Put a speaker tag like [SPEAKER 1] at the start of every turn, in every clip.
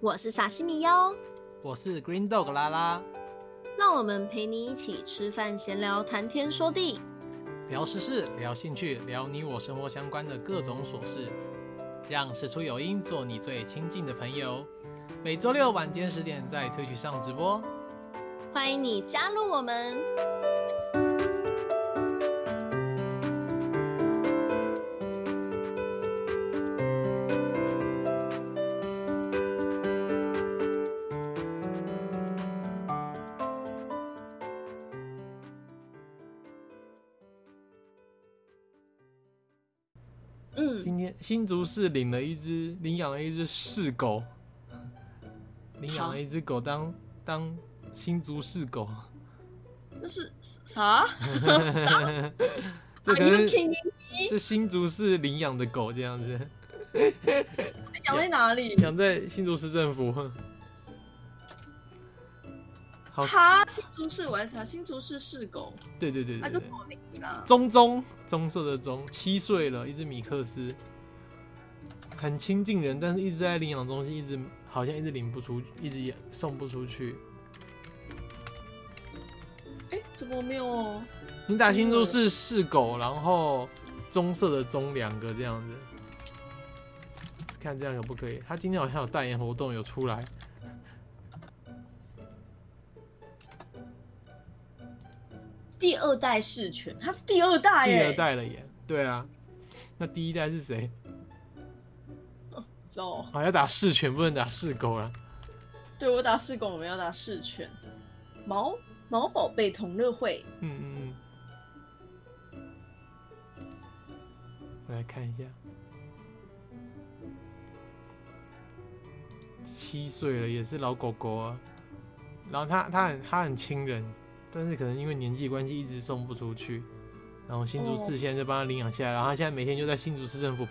[SPEAKER 1] 我是萨西米哟，
[SPEAKER 2] 我是 Green Dog 拉拉，
[SPEAKER 1] 让我们陪你一起吃饭、闲聊、谈天说地，
[SPEAKER 2] 聊时事，聊兴趣，聊你我生活相关的各种琐事，让事出有因做你最亲近的朋友。每周六晚间十点在推 w 上直播。
[SPEAKER 1] 欢迎你加入我们。嗯，
[SPEAKER 2] 今天新竹市领了一只领养了一只市狗，领养了一只狗当当新竹市狗，
[SPEAKER 1] 那是 啥
[SPEAKER 2] 这
[SPEAKER 1] ？Are
[SPEAKER 2] 可
[SPEAKER 1] you
[SPEAKER 2] 能
[SPEAKER 1] kidding？
[SPEAKER 2] 是新竹市领养的狗这样子，
[SPEAKER 1] 养在哪里？
[SPEAKER 2] 养在新竹市政府。好，
[SPEAKER 1] 哈，新竹市我还查，新竹市市狗，
[SPEAKER 2] 对对对
[SPEAKER 1] 它
[SPEAKER 2] 对
[SPEAKER 1] 就
[SPEAKER 2] 对
[SPEAKER 1] 是我名字啊。
[SPEAKER 2] 棕棕棕色的棕，七岁了，一只米克斯，很亲近人，但是一直在领养中心，一直好像一直领不出，一直也送不出去。
[SPEAKER 1] 哎，怎么没有？
[SPEAKER 2] 你打新竹市是狗，然后棕色的棕两个这样子，看这样可不可以？他今天好像有代言活动有出来，
[SPEAKER 1] 第二代市犬，它是第二代
[SPEAKER 2] 第
[SPEAKER 1] 耶。
[SPEAKER 2] 二代了耶。对啊，那第一代是谁？
[SPEAKER 1] 知道哦。
[SPEAKER 2] 好、要打市犬，不能打市狗了。
[SPEAKER 1] 对我打市狗，我们要打市犬。毛毛宝贝同乐会，
[SPEAKER 2] 嗯嗯嗯。我来看一下，七岁了，也是老狗狗啊。然后它它很它很亲人，但是可能因为年纪关系，一直送不出去。然后新竹市现在就帮它领养下来，然后它现在每天就在新竹市政府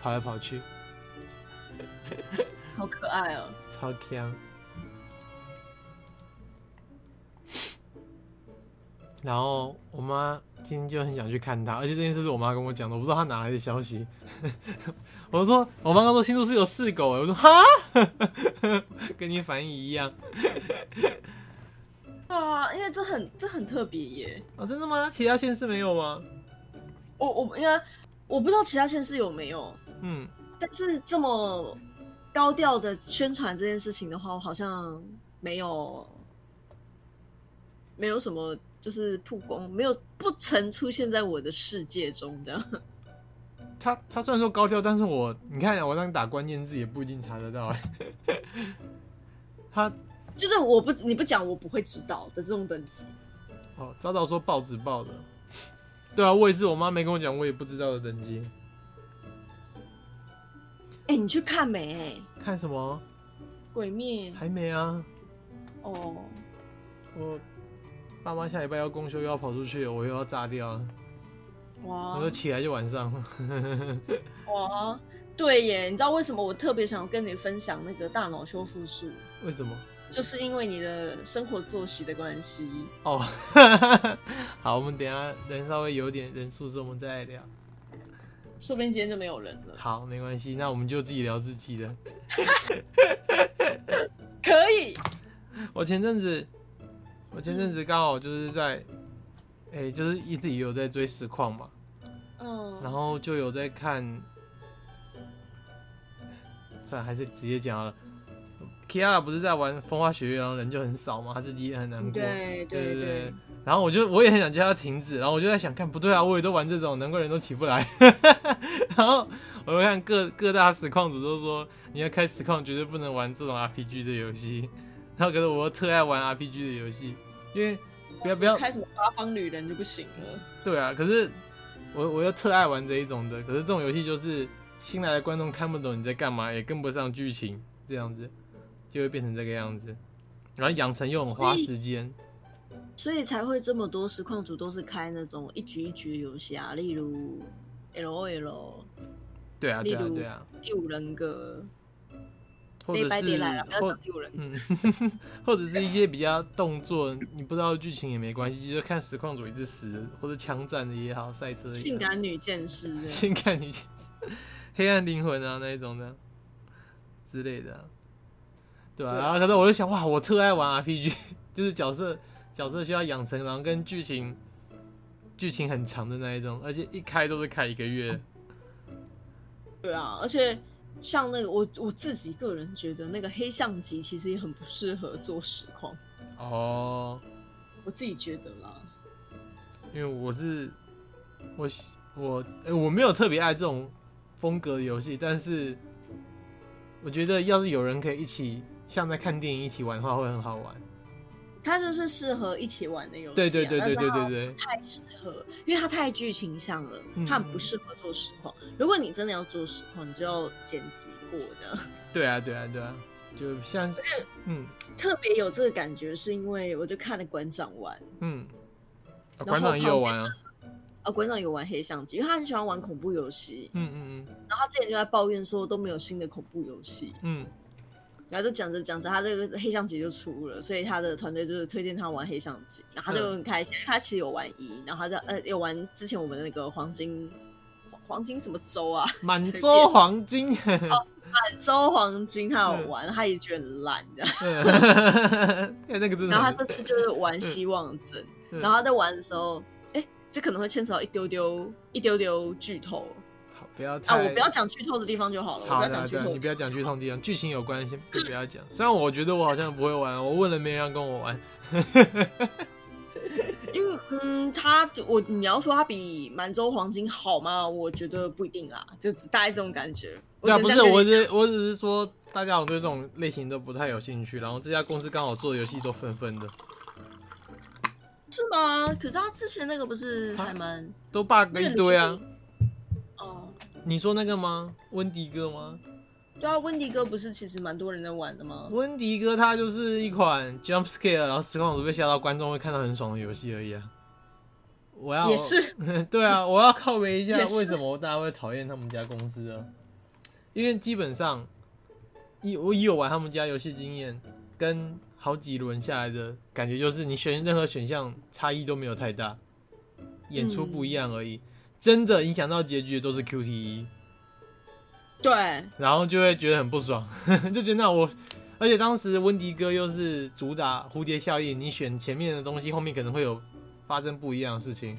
[SPEAKER 2] 跑来跑去，
[SPEAKER 1] 好可爱哦。
[SPEAKER 2] 超强。然后我妈今天就很想去看它，而且这件事是我妈跟我讲的，我不知道她哪来的消息。 我说，我妈刚说新竹市有四狗欸，我说哈， 跟你反应一样
[SPEAKER 1] 啊，因为这很这很特别耶。
[SPEAKER 2] 啊、真的吗？其他县市没有吗？
[SPEAKER 1] 我我因为我不知道其他县市有没有，
[SPEAKER 2] 嗯，
[SPEAKER 1] 但是这么高调的宣传这件事情的话，我好像没有没有什么就是曝光，没有不曾出现在我的世界中这样。
[SPEAKER 2] 它它虽然说高调，但是我你看啊我这样打关键字也不一定查得 到哎、它
[SPEAKER 1] 就是我不你不讲我不会知道的这种等级。
[SPEAKER 2] 哦，早早说报纸报的，对啊，我也是，我妈没跟我讲，我也不知道的等级。
[SPEAKER 1] 哎、你去看没、
[SPEAKER 2] 看什么？
[SPEAKER 1] 鬼灭
[SPEAKER 2] 还没啊，
[SPEAKER 1] 哦，
[SPEAKER 2] 我爸妈下礼拜要公休，又要跑出去，我又要炸掉啊！我
[SPEAKER 1] 哇
[SPEAKER 2] 说起来就晚上，
[SPEAKER 1] 哇，对耶！你知道为什么我特别想要跟你分享那个大脑修复术，
[SPEAKER 2] 为什么？
[SPEAKER 1] 就是因为你的生活作息的关系。
[SPEAKER 2] 哦， 好，我们等一下人稍微有点人数之后，我们再来聊。
[SPEAKER 1] 说不定今天就没有人了。
[SPEAKER 2] 好，没关系，那我们就自己聊自己的。
[SPEAKER 1] 可以，
[SPEAKER 2] 我前阵子，我前阵子刚好就是在，哎、就是一直也有在追实况嘛，然
[SPEAKER 1] 嗯，
[SPEAKER 2] 后就有在看，算了，还是直接讲好了。Kiara 不是在玩风花雪月，然后人就很少嘛，他自己也很难
[SPEAKER 1] 嗯
[SPEAKER 2] 过。
[SPEAKER 1] 对对
[SPEAKER 2] 对
[SPEAKER 1] 对，
[SPEAKER 2] 然后我就我也很想叫他停止，然后我就在想，看不对啊，我也都玩这种，难怪人都起不来。 然后我就看各各大实况组都说，你要开实况绝对不能玩这种 RPG 的游戏。然后可是我又特爱玩 RPG 的游戏，因为不要不要
[SPEAKER 1] 开什么八方旅人就不行了。
[SPEAKER 2] 对啊，可是我我又特爱玩这一种的，可是这种游戏就是新来的观众看不懂你在干嘛，也跟不上剧情，这样子就会变成这个样子。然后养成又很花时间，
[SPEAKER 1] 所以才会这么多实况组都是开那种一局一局的游戏啊，例如 L O L、
[SPEAKER 2] 对啊，
[SPEAKER 1] 例
[SPEAKER 2] 对啊
[SPEAKER 1] 如，
[SPEAKER 2] 对啊，
[SPEAKER 1] 第五人格、
[SPEAKER 2] 或
[SPEAKER 1] 黑
[SPEAKER 2] 者
[SPEAKER 1] 白
[SPEAKER 2] 是
[SPEAKER 1] 叠来啊了，不要
[SPEAKER 2] 或
[SPEAKER 1] 讲第五人格。
[SPEAKER 2] 嗯， 或者是一些比较动作，你不知道剧情也没关系，就看实况组一直死，或者枪战的也好，赛车也好
[SPEAKER 1] 性感女剑 士这样，
[SPEAKER 2] 啊性感女性，黑暗灵魂啊那一种的之类的啊、对吧、
[SPEAKER 1] 对啊
[SPEAKER 2] 然后可是我就想，哇，我特爱玩 RPG，就是 角色角色需要养成，然后跟剧情剧情很长的那一种，而且一开都是开一个月。
[SPEAKER 1] 对啊，而且像那个我我自己个人觉得那个黑象级其实也很不适合做实况，
[SPEAKER 2] 哦，
[SPEAKER 1] 我自己觉得啦。
[SPEAKER 2] 因为我是我喜我、呃我没有特别爱这种风格的游戏，但是我觉得要是有人可以一起像在看电影一起玩的话，会很好玩。
[SPEAKER 1] 它就是适合一起玩的游戏、啊，
[SPEAKER 2] 对对对对对对
[SPEAKER 1] 对，
[SPEAKER 2] 对，
[SPEAKER 1] 太适合，因为它太剧情向了
[SPEAKER 2] 嗯，
[SPEAKER 1] 它很不适合做实况。如果你真的要做实况，你就要剪辑过的。
[SPEAKER 2] 对啊对啊对啊，就像嗯
[SPEAKER 1] 特别有这个感觉，是因为我就看了馆长玩，
[SPEAKER 2] 嗯，啊
[SPEAKER 1] 后
[SPEAKER 2] 馆长也有玩啊，
[SPEAKER 1] 啊，馆长有玩黑相机，因为他很喜欢玩恐怖游戏，
[SPEAKER 2] 嗯嗯
[SPEAKER 1] 然后他之前就在抱怨说都没有新的恐怖游戏，
[SPEAKER 2] 嗯
[SPEAKER 1] 然后就讲着讲着，他这个黑相机就出了，所以他的团队就是推荐他玩黑相机，然后
[SPEAKER 2] 嗯
[SPEAKER 1] 他就很开心，因为他其实有玩一，然后他在呃有玩之前我们那个黄金黄黄金什么周啊，
[SPEAKER 2] 嗯，满
[SPEAKER 1] 随
[SPEAKER 2] 洲
[SPEAKER 1] 便哦
[SPEAKER 2] 黄金，
[SPEAKER 1] 满洲黄金他有玩，他也觉得很烂的，
[SPEAKER 2] 嗯那个真的很，
[SPEAKER 1] 然后他这次就是玩希望针，
[SPEAKER 2] 嗯
[SPEAKER 1] 然后他在玩的时候，哎、这可能会牵扯到一丢丢一丢丢剧透
[SPEAKER 2] 好不要
[SPEAKER 1] 啊，
[SPEAKER 2] 太
[SPEAKER 1] 我不要讲剧透的地方就好了，我不
[SPEAKER 2] 好的，
[SPEAKER 1] 要讲剧
[SPEAKER 2] 对啊
[SPEAKER 1] 透，
[SPEAKER 2] 你不要讲剧透地方，剧情有关系，就不 要讲。虽然我觉得我好像不会玩，我问了没人要跟我玩。
[SPEAKER 1] 因为嗯，他我你要说他比满洲黄金好吗？我觉得不一定啦，就大概这种感觉。
[SPEAKER 2] 对啊，
[SPEAKER 1] 只
[SPEAKER 2] 不
[SPEAKER 1] 能
[SPEAKER 2] 是，
[SPEAKER 1] 这样
[SPEAKER 2] 我
[SPEAKER 1] 跟你
[SPEAKER 2] 只我只是说，大家好像对这种类型都不太有兴趣，然后这家公司刚好做的游戏都纷纷的，
[SPEAKER 1] 是吗？可是他之前那个不是
[SPEAKER 2] 啊
[SPEAKER 1] 还蛮
[SPEAKER 2] 都 bug 一堆啊。
[SPEAKER 1] 哦、
[SPEAKER 2] 你说那个吗？温迪哥吗？
[SPEAKER 1] 对啊，温迪哥不是其实蛮多人在玩的吗？
[SPEAKER 2] 温迪哥它就是一款 jump scare，然后实况组被吓到观众会看到很爽的游戏而已啊。我要
[SPEAKER 1] 也是，
[SPEAKER 2] 对啊，我要靠背一下
[SPEAKER 1] 也是
[SPEAKER 2] 为什么大家会讨厌他们家公司啊？因为基本上，以我以我玩他们家游戏经验，跟好几轮下来的感觉就是，你选任何选项差异都没有太大，演出不一样而已。
[SPEAKER 1] 嗯
[SPEAKER 2] 真的影响到结局的都是 E QTE，
[SPEAKER 1] 对，
[SPEAKER 2] 然后就会觉得很不爽， 就觉得那我，而且当时温迪哥又是主打蝴蝶效应，你选前面的东西，后面可能会有发生不一样的事情。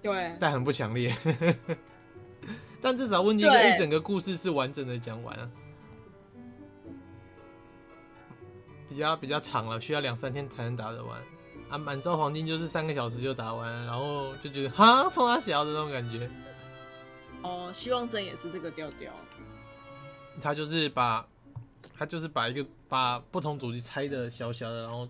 [SPEAKER 1] 对，
[SPEAKER 2] 但很不强烈。 但至少问题一个
[SPEAKER 1] 对
[SPEAKER 2] 一整个故事是完整的讲完啊，比较比较长了，需要两三天才能打得完。啊，满招黄金就是三个小时就打完了，然后就觉得哈，冲他小的那种感觉。
[SPEAKER 1] 哦，希望真也是这个调调。
[SPEAKER 2] 他就是把，他就是把一个把不同主题拆的小小的，然后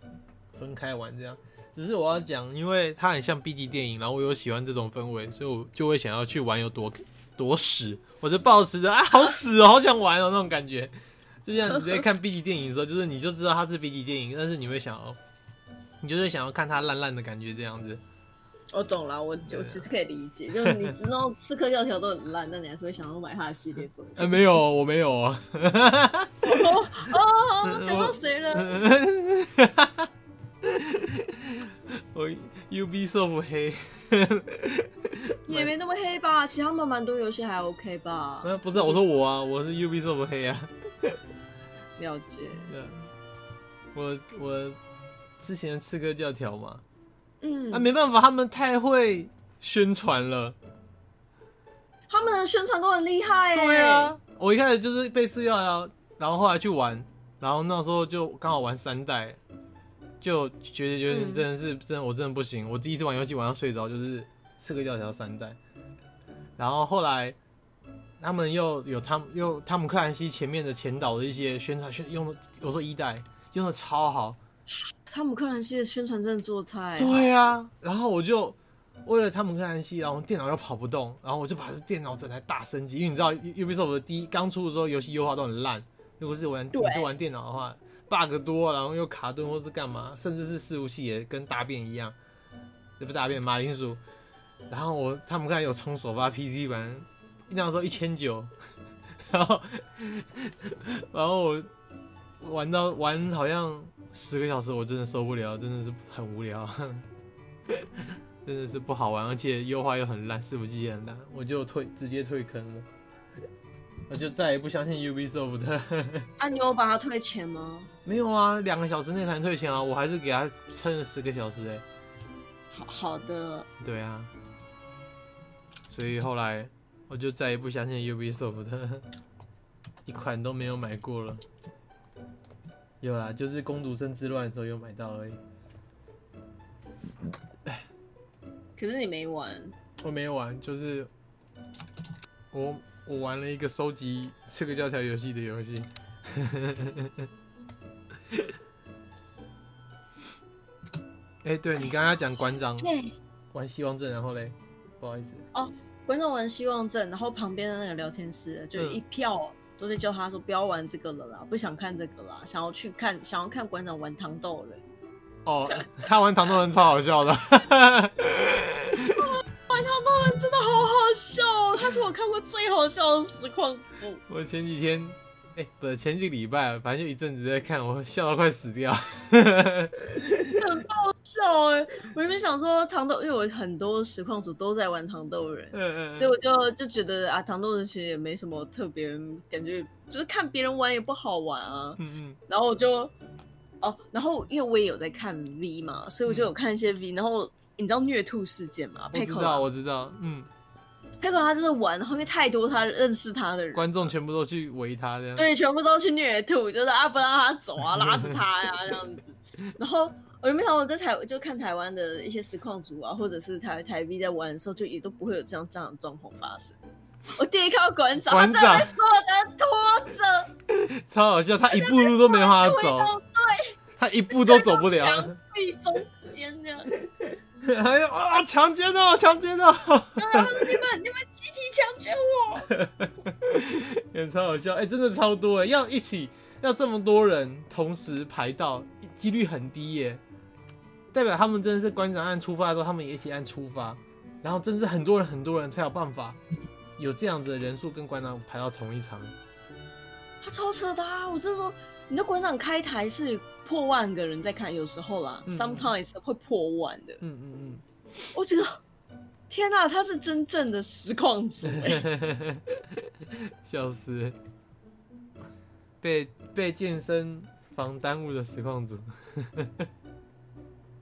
[SPEAKER 2] 分开玩这样。只是我要讲，因为它很像 B 级电影，然后我有喜欢这种氛围，所以我就会想要去玩有多多屎，我就抱持着啊好屎哦，好想玩哦那种感觉。就像你在看 B 级电影的时候，就是你就知道它是 B 级电影，但是你会想要，你就是想要看它烂烂的感觉这样子。
[SPEAKER 1] 我哦懂了，我
[SPEAKER 2] 啊
[SPEAKER 1] 我其实可以理解，就是你知 道《刺客教条》都很烂，但你还是会想要买它的系列作品。
[SPEAKER 2] 呃，没有，我没有啊。
[SPEAKER 1] 哦，
[SPEAKER 2] 呃
[SPEAKER 1] 讲到谁了？
[SPEAKER 2] 我 Ubisoft 黑，
[SPEAKER 1] 也没那么黑吧？其他们蛮多游戏还 OK 吧？
[SPEAKER 2] 啊不是啊、我说我啊，我是 Ubisoft 黑啊。
[SPEAKER 1] 了解，
[SPEAKER 2] 对，我我之前刺客教条嘛，
[SPEAKER 1] 嗯
[SPEAKER 2] 啊，没办法，他们太会宣传了。
[SPEAKER 1] 他们的宣传都很厉害、欸。
[SPEAKER 2] 对啊，，我一开始就是被刺客教条，然后后来去玩，然后那时候就刚好玩三代，就觉得觉得
[SPEAKER 1] 嗯
[SPEAKER 2] 真的是、真的我真的不行，我第一次玩游戏玩到睡着，就是刺客教条三代，然后后来。他们又有他们又汤姆克兰西前面的前导的一些宣传宣用的，我说一代用的超好，
[SPEAKER 1] 汤姆克兰西的宣传真的做菜。
[SPEAKER 2] 对啊，然后我就为了他们跟兰西，然后电脑又跑不动，然后我就把这电脑整台大升级，因为你知道 U- Ubisoft 的第一刚出的时候游戏优化都很烂，如果是玩
[SPEAKER 1] 对
[SPEAKER 2] 你是玩电脑的话，bug 多，然后又卡顿或是干嘛，甚至是伺服器也跟大便一样，这不大便马铃薯。然后我他们看有冲首发 PC 版，那时候一千九， 然后 然后我玩到玩好像十个小时，我真的受不了，真的是很无聊，真的是不好玩，而且优化又很烂，伺服器也很烂，我就退直接退坑了。我就再也不相信 Ubisoft 的。
[SPEAKER 1] 啊，你有把它退钱吗？
[SPEAKER 2] 没有啊，两个小时内才能退钱啊，我还是给他撑了十个小时哎、
[SPEAKER 1] 好好的，
[SPEAKER 2] 对啊，所以后来我就再也不相信 Ubisoft 的一款都没有买过了。有啦，就是公主生之乱的时候有买到而已，
[SPEAKER 1] 可是你没玩，
[SPEAKER 2] 我没有玩，就是我我玩了一个收集这个教条游戏的游戏。 哎、对你刚刚讲馆长
[SPEAKER 1] 对，
[SPEAKER 2] 玩希望镇，然后嘞，不好意思，
[SPEAKER 1] 观众玩希望症，然后旁边的那个聊天室就有一票都在叫他说不要玩这个了啦，不想看这个啦，想要去看想要看馆长玩糖豆人，
[SPEAKER 2] 哦， 他玩糖豆人超好笑的。
[SPEAKER 1] 玩糖豆人真的好好笑哦，他是我看过最好笑的实况组。
[SPEAKER 2] 我前几天，哎、不是前几个礼拜，反正就一阵子在看，我笑到快死掉。
[SPEAKER 1] 笑哎、我原本想说糖豆，因为我很多实况组都在玩糖豆人，所以我就就觉得啊，糖豆人其实也没什么特别，感觉就是看别人玩也不好玩啊。
[SPEAKER 2] 嗯嗯
[SPEAKER 1] 然后我就哦，然后因为我也有在看 V 嘛，所以我就有看一些 V、然后你知道虐兔事件吗？
[SPEAKER 2] 嗯我
[SPEAKER 1] 佩
[SPEAKER 2] 知
[SPEAKER 1] 口
[SPEAKER 2] 道，我知道，嗯，
[SPEAKER 1] 佩口他就是玩，然后因为太多他认识他的人，
[SPEAKER 2] 观众全部都去围他这样。
[SPEAKER 1] 对，全部都去虐兔，就是啊不让他走啊，拉着他呀、这 样子。然后我原本想我在台就看台湾的一些实况组啊，或者是台台 V 在玩的时候，就也都不会有这样这样的状况发生。我第一看到馆长，
[SPEAKER 2] 馆
[SPEAKER 1] 他在
[SPEAKER 2] 长
[SPEAKER 1] 被所有的人拖着，
[SPEAKER 2] 超好笑，他一步路都没办法
[SPEAKER 1] 推
[SPEAKER 2] 走，
[SPEAKER 1] 到
[SPEAKER 2] 他一步都走不
[SPEAKER 1] 推到
[SPEAKER 2] 了
[SPEAKER 1] 墙。壁中间这样。
[SPEAKER 2] 还有啊，强奸哦，强奸哦，
[SPEAKER 1] 然后他说你们你们集体强奸我，
[SPEAKER 2] 也超好 笑。哎、真的超多哎，要一起要这么多人同时排到，几率很低耶。代表他们真的是馆长按出发的时候，他们也一起按出发，然后真是很多人很多人才有办法有这样子的人数跟馆长排到同一场。
[SPEAKER 1] 他超扯的啊！我真的说，你的馆长开台是破万个人在看，有时候啦、
[SPEAKER 2] 嗯
[SPEAKER 1] s o m e t i m e s 会破万的。
[SPEAKER 2] 嗯嗯
[SPEAKER 1] 我觉得天哪、他是真正的实况 组、欸，
[SPEAKER 2] 嗯， 笑死！被被健身房耽误的实况组，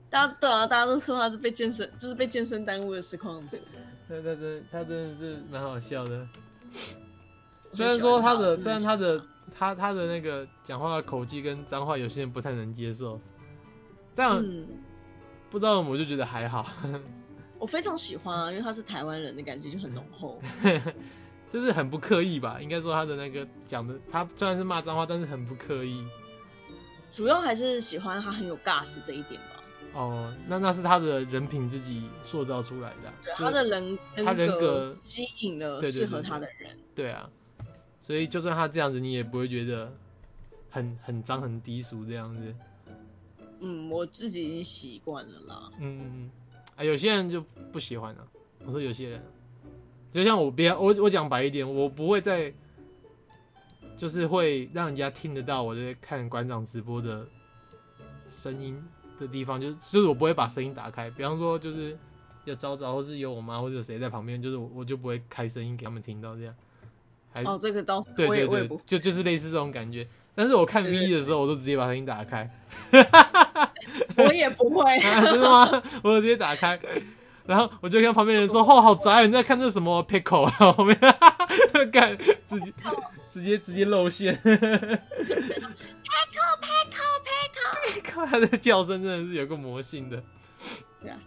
[SPEAKER 1] 大家对啊，大家都说他是被健身，就是被健身耽误的实况组。
[SPEAKER 2] 他他真他真的是蛮好笑的。
[SPEAKER 1] 我
[SPEAKER 2] 虽
[SPEAKER 1] 最
[SPEAKER 2] 然
[SPEAKER 1] 喜欢
[SPEAKER 2] 说他的，
[SPEAKER 1] 我
[SPEAKER 2] 虽
[SPEAKER 1] 最
[SPEAKER 2] 然
[SPEAKER 1] 喜
[SPEAKER 2] 他
[SPEAKER 1] 欢
[SPEAKER 2] 的他他的那个讲话的口技跟脏话，有些人不太能接受，但
[SPEAKER 1] 嗯，
[SPEAKER 2] 不知道我就觉得还好，
[SPEAKER 1] 我非常喜欢啊，因为他是台湾人的感觉就很浓 厚。
[SPEAKER 2] 就是很不刻意吧。应该说他的那个讲的，他虽然是骂脏话，但是很不刻意。
[SPEAKER 1] 主要还是喜欢他很有 gas 这一点吧，
[SPEAKER 2] 哦，那那是他的人品自己塑造出来的啊、
[SPEAKER 1] 对
[SPEAKER 2] 就
[SPEAKER 1] 他的人
[SPEAKER 2] 他人格
[SPEAKER 1] 吸引了
[SPEAKER 2] 对对
[SPEAKER 1] 适合
[SPEAKER 2] 对
[SPEAKER 1] 他的人。
[SPEAKER 2] 对啊，所以就算他这样子，你也不会觉得很很脏、很低俗这样子。
[SPEAKER 1] 嗯，我自己已经习惯了啦。
[SPEAKER 2] 嗯嗯嗯，啊，有些人就不喜欢啊。我说有些人啊，就像我别我我讲白一点，我不会在，就是会让人家听得到我在看馆长直播的声音的地方，就是就是我不会把声音打开。比方说就是有昭昭，或是有我妈或者有谁在旁边，就是我我就不会开声音给他们听到这样。还
[SPEAKER 1] 哦，这个倒是
[SPEAKER 2] 对
[SPEAKER 1] 我也
[SPEAKER 2] 对
[SPEAKER 1] 我也
[SPEAKER 2] 对
[SPEAKER 1] 不，
[SPEAKER 2] 就就是类似这种感觉。但是我看
[SPEAKER 1] 对对
[SPEAKER 2] V 的时候，我都直接把声音打开。
[SPEAKER 1] 我也不会。
[SPEAKER 2] 啊，真的吗？我直接打开，然后我就跟旁边人说：“哦，好杂，你在看这什么 pickle？” 然后后面干，直接直接直接露馅。pickle pickle pickle，它的叫声真的是有个魔性的。
[SPEAKER 1] 对啊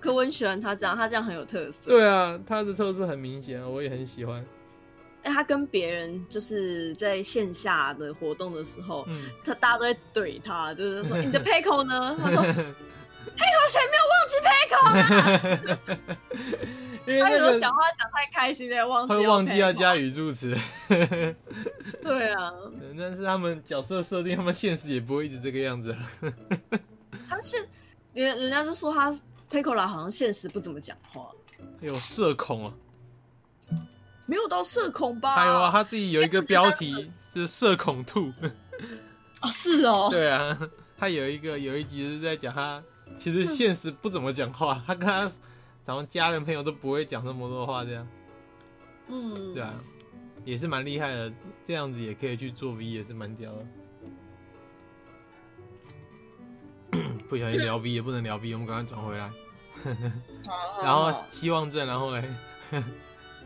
[SPEAKER 1] 可我很喜欢他这样，他这样很有特色。
[SPEAKER 2] 对啊，它的特色很明显，啊我也很喜欢。
[SPEAKER 1] 哎，他跟别人就是在线下的活动的时候，
[SPEAKER 2] 嗯，
[SPEAKER 1] 他大家都在怼他，就是说你的 Paco 呢？他 说 Paco 谁没有忘记 Paco 呢？
[SPEAKER 2] 因为
[SPEAKER 1] 他有
[SPEAKER 2] 那
[SPEAKER 1] 时候
[SPEAKER 2] 个
[SPEAKER 1] 讲哎话讲太开心了，忘记
[SPEAKER 2] 会忘记要
[SPEAKER 1] Paco
[SPEAKER 2] 加语助词。
[SPEAKER 1] 对啊，
[SPEAKER 2] 对但是他们角色设定，他们现实也不会一直这个样子。啊
[SPEAKER 1] 他们是人人家就说他 Paco 啦，好像现实不怎么讲话，
[SPEAKER 2] 有社恐啊。
[SPEAKER 1] 没有到社恐吧？
[SPEAKER 2] 还有啊，他自己有一个标题就是“社恐兔
[SPEAKER 1] 哦，是”，哦，
[SPEAKER 2] 对啊，他有一个有一集是在讲他其实现实不怎么讲话，他跟他然后家人朋友都不会讲那么多话，这样
[SPEAKER 1] 嗯，
[SPEAKER 2] 对啊，也是蛮厉害的。这样子也可以去做 V，也是蛮屌的。不小心聊 V 也不能聊 V，我们赶快转回来。
[SPEAKER 1] 好，
[SPEAKER 2] 然
[SPEAKER 1] 好
[SPEAKER 2] 后希望症，然后嘞，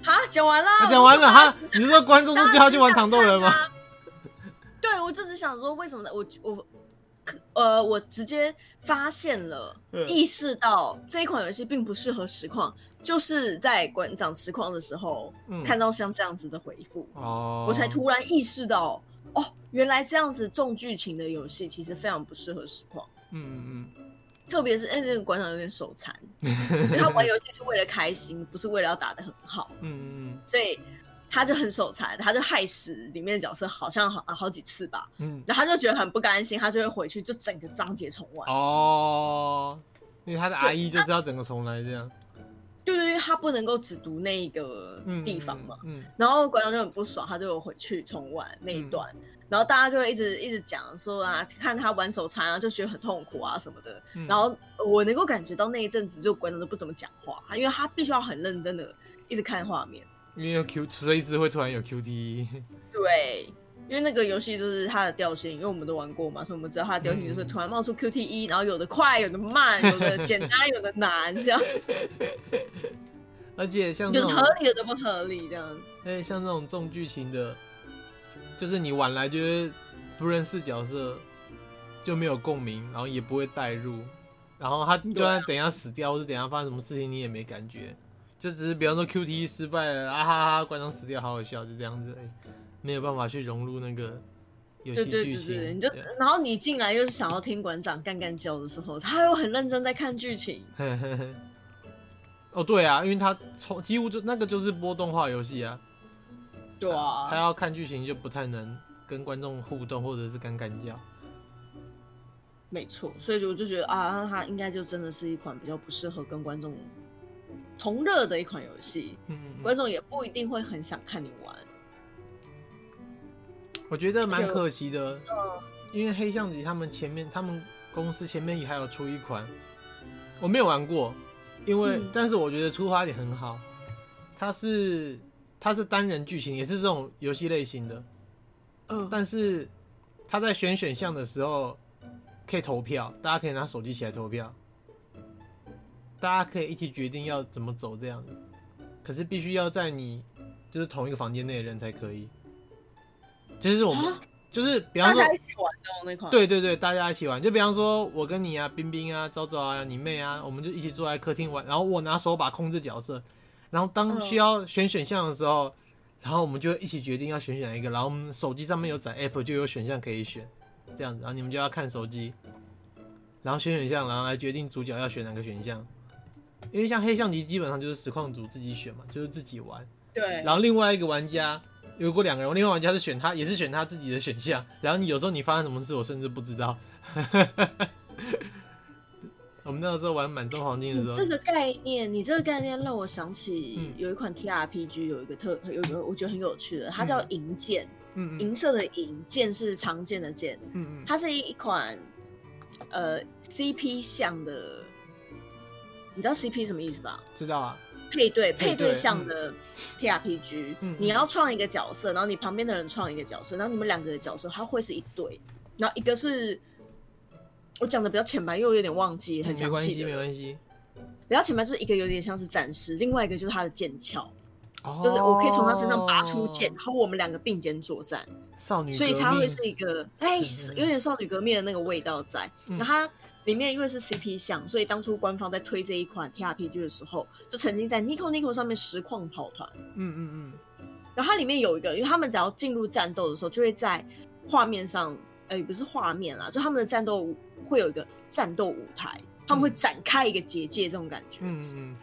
[SPEAKER 1] 哈，讲完啦，
[SPEAKER 2] 他讲完了
[SPEAKER 1] 我就说
[SPEAKER 2] 哈，你是说观众 都叫他去玩糖豆人吗？？
[SPEAKER 1] 对，我就只想说，为什么呢我我可呃，我直接发现了，
[SPEAKER 2] 嗯
[SPEAKER 1] 意识到这一款游戏并不适合实况，就是在馆长实况的时候、
[SPEAKER 2] 嗯
[SPEAKER 1] 看到像这样子的回复，
[SPEAKER 2] 哦，
[SPEAKER 1] 我才突然意识到，哦，原来这样子重剧情的游戏其实非常不适合实况。
[SPEAKER 2] 嗯，嗯嗯，
[SPEAKER 1] 特别是，哎、那个馆长有点手 残，因为他玩游戏是为了开心，不是为了要打得很好。
[SPEAKER 2] 嗯
[SPEAKER 1] 所以他就很手残，他就害死里面的角色，好像好、啊好几次吧。
[SPEAKER 2] 嗯嗯，
[SPEAKER 1] 然后他就觉得很不甘心，他就会回去就整个章节重玩。
[SPEAKER 2] 哦，因为他的阿姨就知道整个重来这样，
[SPEAKER 1] 对对对，他不能够只读那一个
[SPEAKER 2] 嗯，
[SPEAKER 1] 地方嘛。
[SPEAKER 2] 嗯，嗯，
[SPEAKER 1] 然后馆长就很不爽，他就有回去重玩那一段。然后大家就会一直一直讲说啊，看他玩手残啊，就觉得很痛苦啊什么的。
[SPEAKER 2] 嗯
[SPEAKER 1] 然，后我能够感觉到那一阵子，就馆长都不怎么讲话，因为他必须要很认真的一直看画面。
[SPEAKER 2] 因为有 Q 随时会突然有 QT，
[SPEAKER 1] 对，因为那个游戏就是它的调性，因为我们都玩过嘛，所以我们知道它的调性就是
[SPEAKER 2] 嗯
[SPEAKER 1] 突然冒出 QTE，然后有的快，有的慢，有的简单，有的难，这样，
[SPEAKER 2] 而且像这
[SPEAKER 1] 有的
[SPEAKER 2] 种，
[SPEAKER 1] 合理，有的不合理，这样。
[SPEAKER 2] 哎，像这种重剧情的，就是你晚来就是不认识角色，就没有共鸣，然后也不会带入，然后他就
[SPEAKER 1] 对啊
[SPEAKER 2] 算等一下死掉或者等一下发生什么事情你也没感觉，就只是比方说 QT 失败了啊哈哈，馆长死掉好好笑，就这样子而已，没有办法去融入那个游
[SPEAKER 1] 对
[SPEAKER 2] 戏
[SPEAKER 1] 对
[SPEAKER 2] 剧
[SPEAKER 1] 对对，
[SPEAKER 2] 情，
[SPEAKER 1] 你就
[SPEAKER 2] 对
[SPEAKER 1] 然后你进来又是想要听馆长干干叫的时候，他又很认真在看剧情，
[SPEAKER 2] 哦，对啊，因为他从几乎就那个就是播动画游戏啊，
[SPEAKER 1] 对
[SPEAKER 2] 他
[SPEAKER 1] 啊，
[SPEAKER 2] 要看剧情就不太能跟观众互动，或者是干干叫。
[SPEAKER 1] 没错，所以我就觉得啊，那它应该就真的是一款比较不适合跟观众同热的一款游戏，
[SPEAKER 2] 嗯，嗯
[SPEAKER 1] 观
[SPEAKER 2] 嗯
[SPEAKER 1] 众也不一定会很想看你玩。
[SPEAKER 2] 我觉得蛮可惜的，因为黑象棋他们前面他们公司前面也还有出一款，我没有玩过，因为、
[SPEAKER 1] 嗯
[SPEAKER 2] 但是我觉得出发点很好，它是它是单人剧情，也是这种游戏类型的，
[SPEAKER 1] 嗯，
[SPEAKER 2] 但是他在选选项的时候可以投票，大家可以拿手机起来投票，大家可以一起决定要怎么走这样子。可是必须要在你就是同一个房间内的人才可以，就是我们
[SPEAKER 1] 啊
[SPEAKER 2] 就是比
[SPEAKER 1] 大
[SPEAKER 2] 方说
[SPEAKER 1] 家一起玩的哦那款，
[SPEAKER 2] 对对对，大家一起玩，就比方说我跟你啊、冰冰啊、昭昭啊、你妹啊，我们就一起坐在客厅玩，然后我拿手把控制角色，然后当
[SPEAKER 1] 嗯
[SPEAKER 2] 需要选选项的时候，然后我们就一起决定要选选哪一个，然后我们手机上面有载 app 就有选项可以选，这样子，然后你们就要看手机，然后选选项，然后来决定主角要选哪个选项。因为像黑象棋基本上就是实况组自己选嘛，就是自己玩，
[SPEAKER 1] 对，
[SPEAKER 2] 然后另外一个玩家，如果两个人，另外玩家是选他，也是选他自己的选项。然后你有时候你发生什么事，我甚至不知道。 我们那时候玩满洲黄金的
[SPEAKER 1] 你
[SPEAKER 2] 时候，
[SPEAKER 1] 这个概念，你这个概念让我想起
[SPEAKER 2] 嗯
[SPEAKER 1] 有一款 T R P G，有一个特有一个我觉得很有趣的，它叫
[SPEAKER 2] 嗯
[SPEAKER 1] 《银剑》，
[SPEAKER 2] 嗯嗯
[SPEAKER 1] 银色的银，剑是常见的剑，
[SPEAKER 2] 嗯嗯，
[SPEAKER 1] 它是一款呃 C P 向的，你知道 C P 什么意思吧？
[SPEAKER 2] 知道啊，
[SPEAKER 1] 配对
[SPEAKER 2] 配对
[SPEAKER 1] 配对向的 T R P G，、
[SPEAKER 2] 嗯
[SPEAKER 1] 你要创一个角色，然后你旁边的人创一个角色，然后你们两个的角色它会是一对，然后一个是。我讲的比较浅白，又有点忘记很
[SPEAKER 2] 嗯没
[SPEAKER 1] 详
[SPEAKER 2] 关
[SPEAKER 1] 细
[SPEAKER 2] 系
[SPEAKER 1] 的
[SPEAKER 2] 没关系。
[SPEAKER 1] 比较前面就是一个有点像是战士，另外一个就是他的剑鞘，
[SPEAKER 2] 哦
[SPEAKER 1] 就是我可以从他身上拔出剑，然后我们两个并肩作战，
[SPEAKER 2] 少哦女革命，
[SPEAKER 1] 所以他会是一个哎，是
[SPEAKER 2] 嗯
[SPEAKER 1] 有点少女革命的那个味道在。
[SPEAKER 2] 嗯
[SPEAKER 1] 那它里面因为是 CP 项，所以当初官方在推这一款 TRPG 的时候，就曾经在 Nico Nico 上面实况跑团，
[SPEAKER 2] 嗯嗯
[SPEAKER 1] 然后它里面有一个，因为他们只要进入战斗的时候，就会在画面上，呃，也不是画面啦，就他们的战斗会有一个战斗舞台，他们会
[SPEAKER 2] 嗯
[SPEAKER 1] 展开一个结界这种感觉，
[SPEAKER 2] 嗯嗯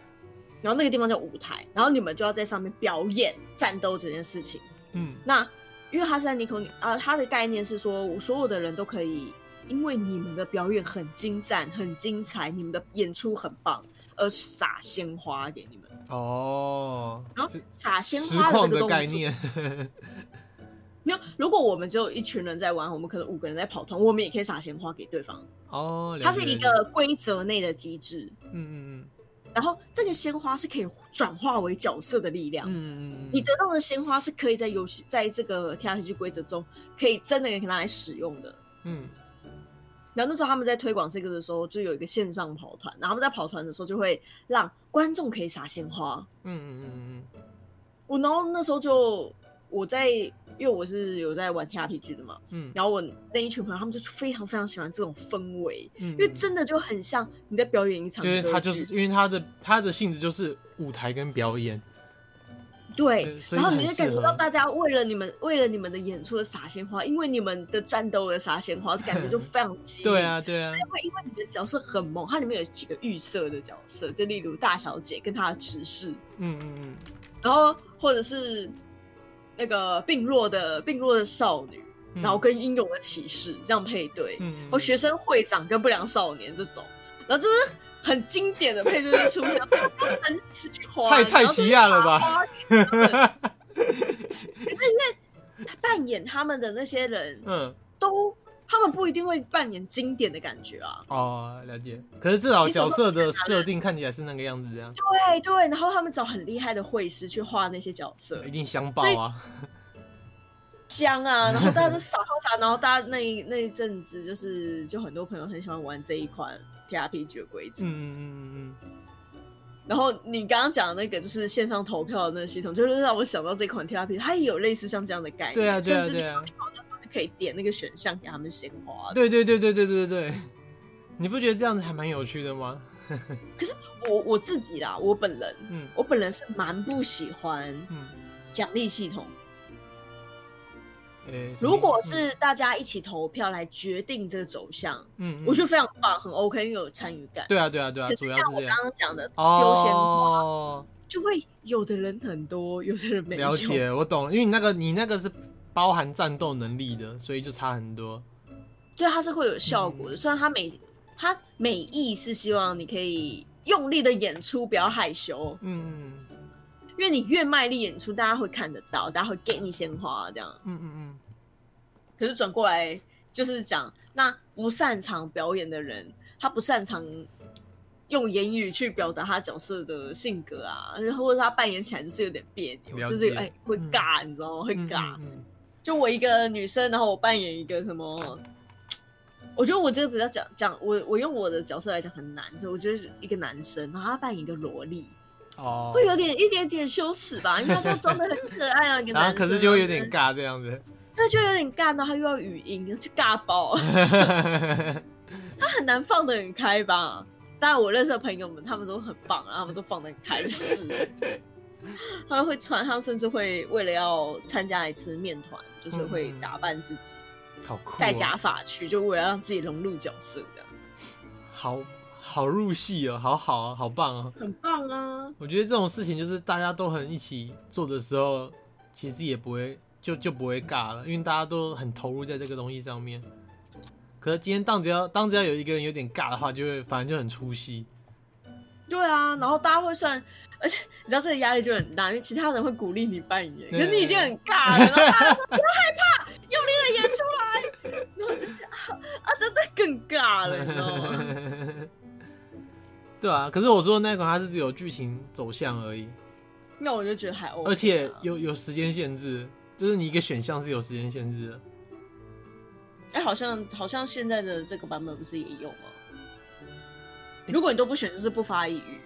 [SPEAKER 1] 然后那个地方叫舞台，然后你们就要在上面表演战斗这件事情。
[SPEAKER 2] 嗯
[SPEAKER 1] 那因为他是在 Nico 啊，他的概念是说，我所有的人都可以，因为你们的表演很精湛、很精彩，你们的演出很棒，而撒鲜花给你们。
[SPEAKER 2] 嗯，哦，
[SPEAKER 1] 然后
[SPEAKER 2] 这
[SPEAKER 1] 撒鲜
[SPEAKER 2] 实
[SPEAKER 1] 花
[SPEAKER 2] 况
[SPEAKER 1] 这个
[SPEAKER 2] 的概
[SPEAKER 1] 动作，
[SPEAKER 2] 念，
[SPEAKER 1] 没有。如果我们只有一群人在玩，我们可能五个人在跑团，我们也可以撒鲜花给对方。
[SPEAKER 2] 哦，了
[SPEAKER 1] 它
[SPEAKER 2] 解
[SPEAKER 1] 是一
[SPEAKER 2] 了解
[SPEAKER 1] 个规则内的机制，
[SPEAKER 2] 嗯嗯嗯，
[SPEAKER 1] 然后这个鲜花是可以转化为角色的力量。
[SPEAKER 2] 嗯嗯嗯，
[SPEAKER 1] 你得到的鲜花是可以在游戏在这个 T R P G 规则中可以真的给拿来使用的。
[SPEAKER 2] 嗯
[SPEAKER 1] 然后那时候他们在推广这个的时候，就有一个线上跑团，然后他们在跑团的时候就会让观众可以撒鲜花。
[SPEAKER 2] 嗯嗯嗯
[SPEAKER 1] 我然后那时候就我在，因为我是有在玩 T R P G 的嘛，
[SPEAKER 2] 嗯嗯，
[SPEAKER 1] 然后我那一群朋友他们就非常非常喜欢这种氛围，
[SPEAKER 2] 因
[SPEAKER 1] 因为真的就很像你在表演一场
[SPEAKER 2] 就是
[SPEAKER 1] 歌
[SPEAKER 2] 他就
[SPEAKER 1] 剧
[SPEAKER 2] 是因为他的他的性质就是舞台跟表演，
[SPEAKER 1] 对
[SPEAKER 2] 对，所以
[SPEAKER 1] 然后
[SPEAKER 2] 很
[SPEAKER 1] 你就
[SPEAKER 2] 适
[SPEAKER 1] 感觉到
[SPEAKER 2] 合
[SPEAKER 1] 大家为了你们为了你们的演出的撒鲜花，因为你们的战斗而撒鲜花，感觉 就非常激烈。
[SPEAKER 2] 对，啊对啊，
[SPEAKER 1] 会因为你的角色很猛，它里面有几个预设的角色，就例如大小姐跟她的执事，
[SPEAKER 2] 嗯嗯
[SPEAKER 1] 然后或者是那个病弱的病弱的少女，
[SPEAKER 2] 嗯，
[SPEAKER 1] 然后跟英勇的骑士这样配对，
[SPEAKER 2] 嗯
[SPEAKER 1] 或哦学生会长跟不良少年这种，然后就是很经典的配对就出现，我都很喜欢。
[SPEAKER 2] 太菜奇亚了吧
[SPEAKER 1] 然后 就是撒花？扮演他们的那些人
[SPEAKER 2] 嗯
[SPEAKER 1] 都，他们不一定会扮演经典的感觉啊。
[SPEAKER 2] 哦了解，可是至少角色的设定看起来是那个样子，这样
[SPEAKER 1] 对对，然后他们找很厉害的绘师去画那些角色
[SPEAKER 2] 一，定香爆啊，
[SPEAKER 1] 香啊，然后大家都撒花撒，然后大家那一那一阵子就是，就很多朋友很喜欢玩这一款 T R P G 的规则。
[SPEAKER 2] 嗯嗯嗯嗯
[SPEAKER 1] 然后你刚刚讲的那个就是线上投票的那个系统，就是让我想到这款 T R P，它也有类似像这样的概念，
[SPEAKER 2] 嗯，对啊对啊
[SPEAKER 1] 甚至
[SPEAKER 2] 对
[SPEAKER 1] 你
[SPEAKER 2] 啊，
[SPEAKER 1] 那时候是可以点那个选项给他们鲜花的。
[SPEAKER 2] 对对对对对对对，你不觉得这样子还蛮有趣的吗？
[SPEAKER 1] 我我自己啦，我本人，
[SPEAKER 2] 嗯
[SPEAKER 1] 我本人是蛮不喜欢
[SPEAKER 2] 嗯，
[SPEAKER 1] 奖励系统。
[SPEAKER 2] 诶，
[SPEAKER 1] 如果是大家一起投票来决定这个走向，
[SPEAKER 2] 嗯，
[SPEAKER 1] 我觉得非常棒，很 OK，因为有参与感。
[SPEAKER 2] 对啊对啊对啊
[SPEAKER 1] 可，
[SPEAKER 2] 主
[SPEAKER 1] 是
[SPEAKER 2] 要
[SPEAKER 1] 像
[SPEAKER 2] 是
[SPEAKER 1] 我
[SPEAKER 2] 这
[SPEAKER 1] 刚
[SPEAKER 2] 样
[SPEAKER 1] 刚讲的，
[SPEAKER 2] 哦。
[SPEAKER 1] 就会有的人很多，有的人没有。
[SPEAKER 2] 了解，我懂了，因为你那个你那个是包含战斗能力的，所以就差很多。
[SPEAKER 1] 对，它是会有效果的。
[SPEAKER 2] 嗯
[SPEAKER 1] 虽然它美，它美意是希望你可以用力的演出，不要害羞，
[SPEAKER 2] 嗯
[SPEAKER 1] 因为你越卖力演出，大家会看得到，大家会给你鲜花这样。
[SPEAKER 2] 嗯嗯
[SPEAKER 1] 可是转过来就是讲，那不擅长表演的人，他不擅长用言语去表达他角色的性格啊，或者他扮演起来就是有点别扭，
[SPEAKER 2] 了解
[SPEAKER 1] 就是有哎会尬，你知道吗？会
[SPEAKER 2] 嗯，
[SPEAKER 1] 尬。
[SPEAKER 2] 嗯
[SPEAKER 1] 就我一个女生，然后我扮演一个什么？我觉得我觉得比较讲讲我我用我的角色来讲很难，所以我觉得是一个男生，然后他扮演一个萝莉，
[SPEAKER 2] 哦，
[SPEAKER 1] 会有点一点点羞耻吧，因为他就装的很可爱啊，一 个男
[SPEAKER 2] 然后
[SPEAKER 1] 生，
[SPEAKER 2] 可是就会有点尬这样子，
[SPEAKER 1] 对，就有点尬，然后他又要语音，就尬爆，他很难放得很开吧。当然，我认识的朋友们，他们都很棒，然后他们都放得很开，就是 了他们会穿，他们甚至会为了要参加一次面团，就是会
[SPEAKER 2] 嗯
[SPEAKER 1] 打扮自己。
[SPEAKER 2] 好酷、哦，
[SPEAKER 1] 戴假发去，就为了让自己融入角色，这样
[SPEAKER 2] 好好入戏哦，好好哦好棒哦。
[SPEAKER 1] 很棒啊！
[SPEAKER 2] 我觉得这种事情就是大家都很一起做的时候，其实也不会就就不会尬了，因为大家都很投入在这个东西上面。可是今天当只要当只要有一个人有点尬的话，就会反正就很出戏。
[SPEAKER 1] 对啊，然后大家会算，而且你知道这个压力就很大，因为其他人会鼓励你扮演，可
[SPEAKER 2] 对
[SPEAKER 1] 是你已经很尬了，然后大家说不要害怕，用力的演出来，然后就这样啊啊，真的更尬了，你知道吗？
[SPEAKER 2] 对啊，可是我说的那款它是只有剧情走向而已，
[SPEAKER 1] 那我就觉得还 OK，啊、
[SPEAKER 2] 而且有有时间限制，就是你一个选项是有时间限制的。
[SPEAKER 1] 哎、好像好像现在的这个版本不是也有吗？如果你都不选，就是不发一语。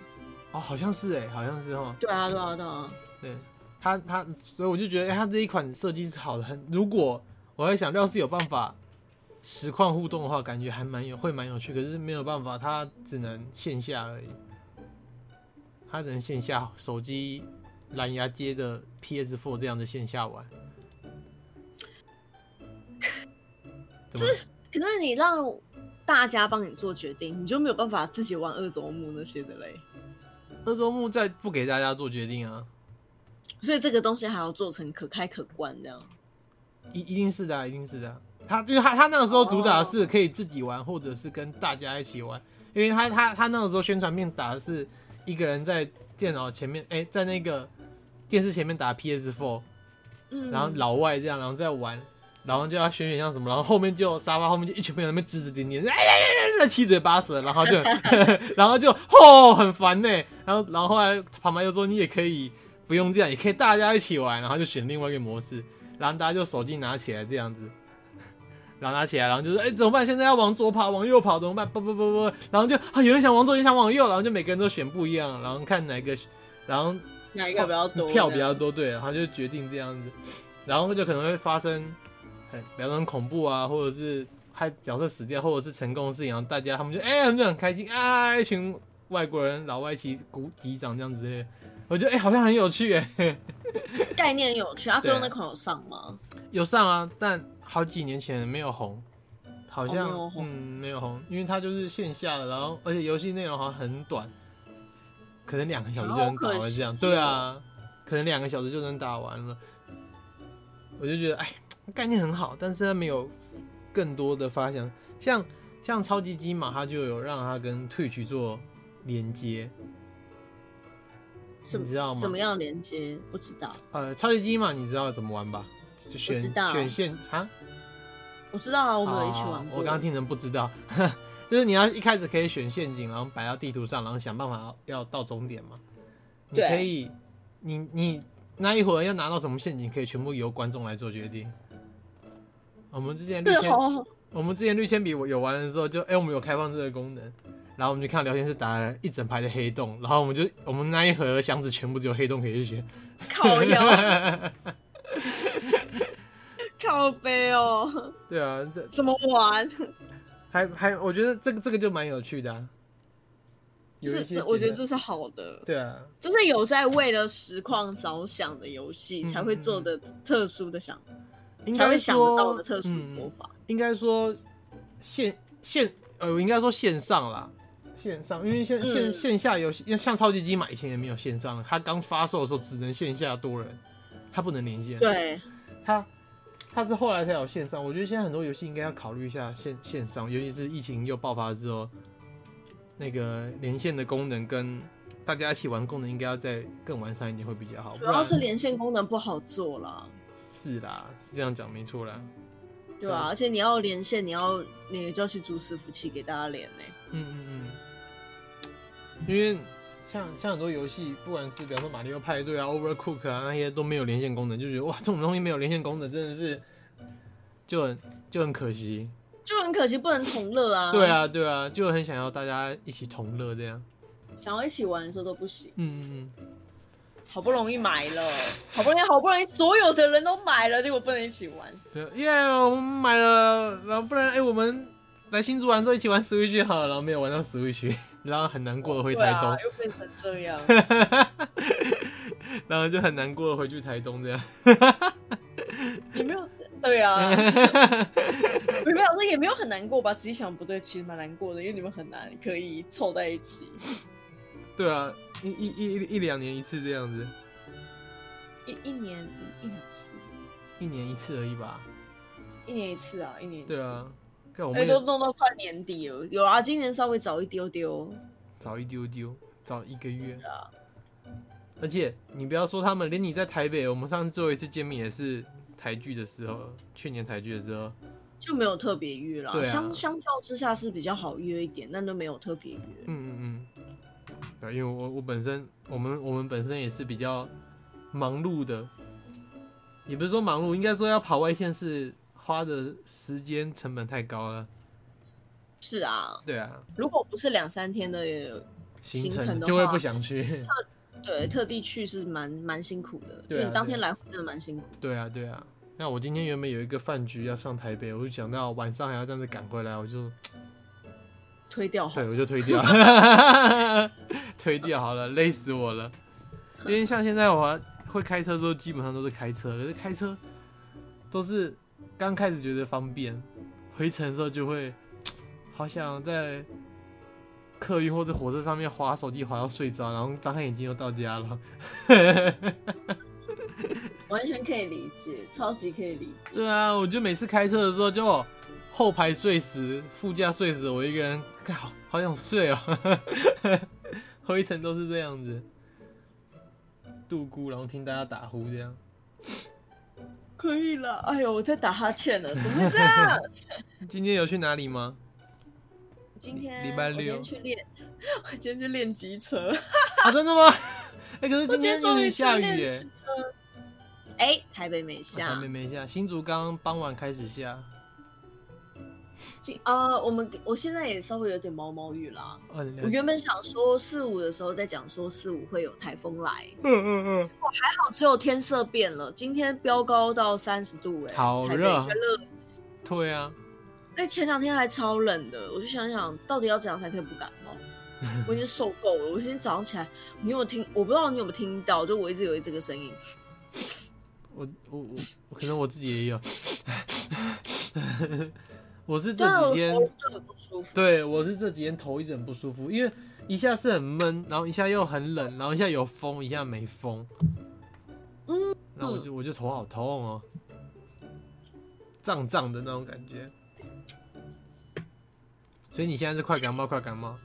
[SPEAKER 2] 哦，好像是哎，好像是哦。
[SPEAKER 1] 对啊，对啊，对啊，
[SPEAKER 2] 对，它它，所以我就觉得哎它这一款设计是好的，很。如果我在想，要是有办法实况互动的话，感觉还蛮有会蛮有趣。可是没有办法，它只能线下而已，它只能线下手机蓝牙接的 PS4 这样的线下玩。怎么
[SPEAKER 1] 可是你让大家帮你做决定，你就没有办法自己玩二周目那些的嘞。
[SPEAKER 2] 二周目再不给大家做决定啊？
[SPEAKER 1] 所以这个东西还要做成可开可关这样。
[SPEAKER 2] 一一定是的啊、一定是的啊、他就是他，他那个时候主打的
[SPEAKER 1] 哦
[SPEAKER 2] 是可以自己玩，或者是跟大家一起玩，因为他他他那个时候宣传片打的是一个人在电脑前面，哎、在那个电视前面打 PS4，
[SPEAKER 1] 嗯
[SPEAKER 2] 然后老外这样，然后再玩，然后就要选选像什么，然后后面就沙发后面就一群朋友在那边指指点点，哎呀呀呀，七嘴八舌，然后就然后就吼、很烦呢、然后然后后来旁白就说你也可以不用这样，也可以大家一起玩，然后就选另外一个模式，然后大家就手机拿起来这样子。然后拿起来，然后就是，哎、怎么办？现在要往左跑，往右跑，怎么办？不不不不，然后就啊，有人想往左，有人想往右，然后就每个人都选不一样，然后看哪个，然后
[SPEAKER 1] 哪一个比较多？
[SPEAKER 2] 票比较多，对，然后就决定这样子，然后就可能会发生很比方说很恐怖啊，或者是他角色死掉，或者是成功的事情，然后大家他们就哎、他们就很开心啊，一群外国人老外一起鼓击掌这样子之类的，我觉得哎、好像很有趣哎、
[SPEAKER 1] 概念有趣。啊，
[SPEAKER 2] 对
[SPEAKER 1] 最后那款有上吗？
[SPEAKER 2] 有上啊，但好几年前没有红，好像、
[SPEAKER 1] 哦没有红
[SPEAKER 2] 嗯没有红，因为它就是线下的，然后而且游戏内容好像很短，可能两个小时就能打
[SPEAKER 1] 好可
[SPEAKER 2] 完
[SPEAKER 1] 惜
[SPEAKER 2] 这样，
[SPEAKER 1] 哦
[SPEAKER 2] 对啊，可能两个小时就能打完了，我就觉得哎，概念很好，但是它没有更多的发想，像像超级机嘛，它就有让它跟 Twitch 做连接，
[SPEAKER 1] 什
[SPEAKER 2] 你知道吗
[SPEAKER 1] 什么样的连接？不知道，
[SPEAKER 2] 呃，超级机嘛，你知道怎么玩吧？就选
[SPEAKER 1] 我知道
[SPEAKER 2] 选线啊，
[SPEAKER 1] 我知道啊，我们有一起
[SPEAKER 2] 哦
[SPEAKER 1] 玩过。
[SPEAKER 2] 我刚刚听成不知道， 就是你要一开始可以选陷阱，然后摆到地图上，然后想办法要到终点嘛。你
[SPEAKER 1] 对
[SPEAKER 2] 可以，你你那一会儿要拿到什么陷阱，可以全部由观众来做决定。我们之前绿
[SPEAKER 1] 对
[SPEAKER 2] 铅，
[SPEAKER 1] 哦，
[SPEAKER 2] 我们之前绿铅笔有玩的时候就，哎，我们有开放这个功能，然后我们就看聊天室打了一整排的黑洞，然后我们就我们那一盒箱子全部只有黑洞可以去选。
[SPEAKER 1] 靠腰 靠背哦，
[SPEAKER 2] 对啊，这
[SPEAKER 1] 怎么玩？
[SPEAKER 2] 还还我觉得这个这个就蛮有趣的、啊。有
[SPEAKER 1] 这
[SPEAKER 2] 一些
[SPEAKER 1] 这，我觉得
[SPEAKER 2] 简单
[SPEAKER 1] 这是好的，
[SPEAKER 2] 对啊，
[SPEAKER 1] 就是有在为了实况着想的游戏，
[SPEAKER 2] 嗯
[SPEAKER 1] 才会做的特殊的想，
[SPEAKER 2] 应
[SPEAKER 1] 才
[SPEAKER 2] 该
[SPEAKER 1] 会想得到的
[SPEAKER 2] 说
[SPEAKER 1] 特殊做
[SPEAKER 2] 嗯，
[SPEAKER 1] 法。
[SPEAKER 2] 应该说线线呃，我应该说线上啦，线上，因为线线
[SPEAKER 1] 嗯
[SPEAKER 2] 线下游戏，因为像超级机嘛，以前也没有线上，它刚发售的时候只能线下多人，它不能连线。，
[SPEAKER 1] 对，
[SPEAKER 2] 它它是后来才有线上。我觉得现在很多游戏应该要考虑一下线线上，尤其是疫情又爆发之后，那个连线的功能跟大家一起玩功能应该要再更完善一点会比较好。
[SPEAKER 1] 主
[SPEAKER 2] 不
[SPEAKER 1] 要
[SPEAKER 2] 然
[SPEAKER 1] 是连线功能不好做啦，
[SPEAKER 2] 是啦，是这样讲没错啦。
[SPEAKER 1] 对吧、
[SPEAKER 2] 对
[SPEAKER 1] 而且你要连线，你要你就要去租伺服器给大家连欸呢、
[SPEAKER 2] 嗯嗯嗯，因为像像很多游戏，不管是比方说《马里奥派对》啊、《Overcook》啊那些都没有连线功能，就觉得哇，这 种东西没有连线功能真的是就很就很可惜。
[SPEAKER 1] 就很可惜不能同乐啊。
[SPEAKER 2] 对，啊对啊，就很想要大家一起同乐这样。
[SPEAKER 1] 想要一起玩的时候都不行，
[SPEAKER 2] 嗯嗯嗯，
[SPEAKER 1] 好不容易买了，好不容易好不容易所有的人都买了，结果不能一起玩。
[SPEAKER 2] 对，耶、我们买了，然后不然哎、我们来新竹玩之后一起玩 Switch 好了，然后没有玩到 Switch，然 后很难过的回
[SPEAKER 1] 对
[SPEAKER 2] 台东，
[SPEAKER 1] 啊，又变成这 样。
[SPEAKER 2] 然后就很难过的回去台东这样。
[SPEAKER 1] 也没有， 对啊，没有，那也没有很难过吧？自己想不对，其实蛮难过的，因为你们很难可以凑在一起，
[SPEAKER 2] 对啊，一一一一一两年一次这样子。
[SPEAKER 1] 一一年一一两次，
[SPEAKER 2] 一年一次而已吧。
[SPEAKER 1] 一年一次啊，一年一次。
[SPEAKER 2] 对，啊，看我
[SPEAKER 1] 因为
[SPEAKER 2] 们也
[SPEAKER 1] 哎都弄到快年底了，有啊，今年稍微早一丢丢，
[SPEAKER 2] 早一丢丢，早一个月。
[SPEAKER 1] 啊
[SPEAKER 2] 而且你不要说他们，连你在台北，我们上次最后一次见面也是台剧的时候，去年台剧的时候。
[SPEAKER 1] 就没有特别约啦。
[SPEAKER 2] 对啊
[SPEAKER 1] 相相较之下是比较好约一点，但都没有特别约。
[SPEAKER 2] 嗯嗯嗯。对，因为我我本身，我们我们本身也是比较忙碌的，也不是说忙碌，应该说要跑外线是花的时间成本太高了。
[SPEAKER 1] 是啊，
[SPEAKER 2] 对啊，
[SPEAKER 1] 如果不是两三天的，
[SPEAKER 2] 行
[SPEAKER 1] 行程
[SPEAKER 2] 程
[SPEAKER 1] 的
[SPEAKER 2] 就会
[SPEAKER 1] 话
[SPEAKER 2] 不 想去。
[SPEAKER 1] 对，特地去是蛮蛮辛苦的，因
[SPEAKER 2] 对啊
[SPEAKER 1] 为你当
[SPEAKER 2] 对啊
[SPEAKER 1] 天来回真的蛮辛苦。
[SPEAKER 2] 对啊，对啊。那我今天原本有一个饭局要上台北，我就想到晚上还要这样子赶回来，我就
[SPEAKER 1] 推掉好了
[SPEAKER 2] 对我就推掉， 推掉好了，累死我了。因为像现在我啊会开车的时候，基本上都是开车，可是开车都是刚开始觉得方便，回程的时候就会好想在客运或者火车上面滑手机滑到睡着，然后张开眼睛就到家了。
[SPEAKER 1] 完全可以理解，超级可以理解。
[SPEAKER 2] 对啊，我就每次开车的时候就后排睡死，副驾睡死，我一个人，干好好想睡哦。 回程都是这样子，度孤，然后听大家打呼这样。
[SPEAKER 1] 可以了。哎呦，我在打哈欠 了，怎么会这样？
[SPEAKER 2] 今天有去哪里吗？
[SPEAKER 1] 今天
[SPEAKER 2] 礼拜
[SPEAKER 1] 我今
[SPEAKER 2] 六
[SPEAKER 1] 天去练， 我今天去练机 车。
[SPEAKER 2] 啊，真的吗？ 哎、可是
[SPEAKER 1] 我今
[SPEAKER 2] 天
[SPEAKER 1] 天
[SPEAKER 2] 有
[SPEAKER 1] 终于
[SPEAKER 2] 点
[SPEAKER 1] 去
[SPEAKER 2] 下雨
[SPEAKER 1] 练
[SPEAKER 2] 耶、
[SPEAKER 1] 机车。哎、台北没
[SPEAKER 2] 啊
[SPEAKER 1] 下
[SPEAKER 2] 台。北没下，新竹刚傍晚开始下。
[SPEAKER 1] 今呃，我们我现在也稍微有点毛毛雨啦。
[SPEAKER 2] 哦，了
[SPEAKER 1] 我
[SPEAKER 2] 解
[SPEAKER 1] 原本想说四五的时候再讲说四五会有台风来，
[SPEAKER 2] 嗯嗯
[SPEAKER 1] 哦，只有天色变了，今天飙高到三十度、哎，
[SPEAKER 2] 好
[SPEAKER 1] 台北
[SPEAKER 2] 热
[SPEAKER 1] 快热
[SPEAKER 2] 嗯，对啊，
[SPEAKER 1] 哎，前两天还超冷的，我就想想到底要怎样才可以不感 冒，我已经受够了。我今天早上起来，你有没有听？我不知道你有没有听到，就我一直有这个声音，
[SPEAKER 2] 我我我我可能我自己也有。 我是这
[SPEAKER 1] 真的我
[SPEAKER 2] 几天
[SPEAKER 1] 头就很不舒服。
[SPEAKER 2] 对，我是这几天头一直很不舒服，因为一下是很闷，然后一下又很冷，然后一下有风，一下没风。
[SPEAKER 1] 嗯，
[SPEAKER 2] 然后我就我就头好痛哦，胀胀的那种感觉。所以你现在是快感冒，快感冒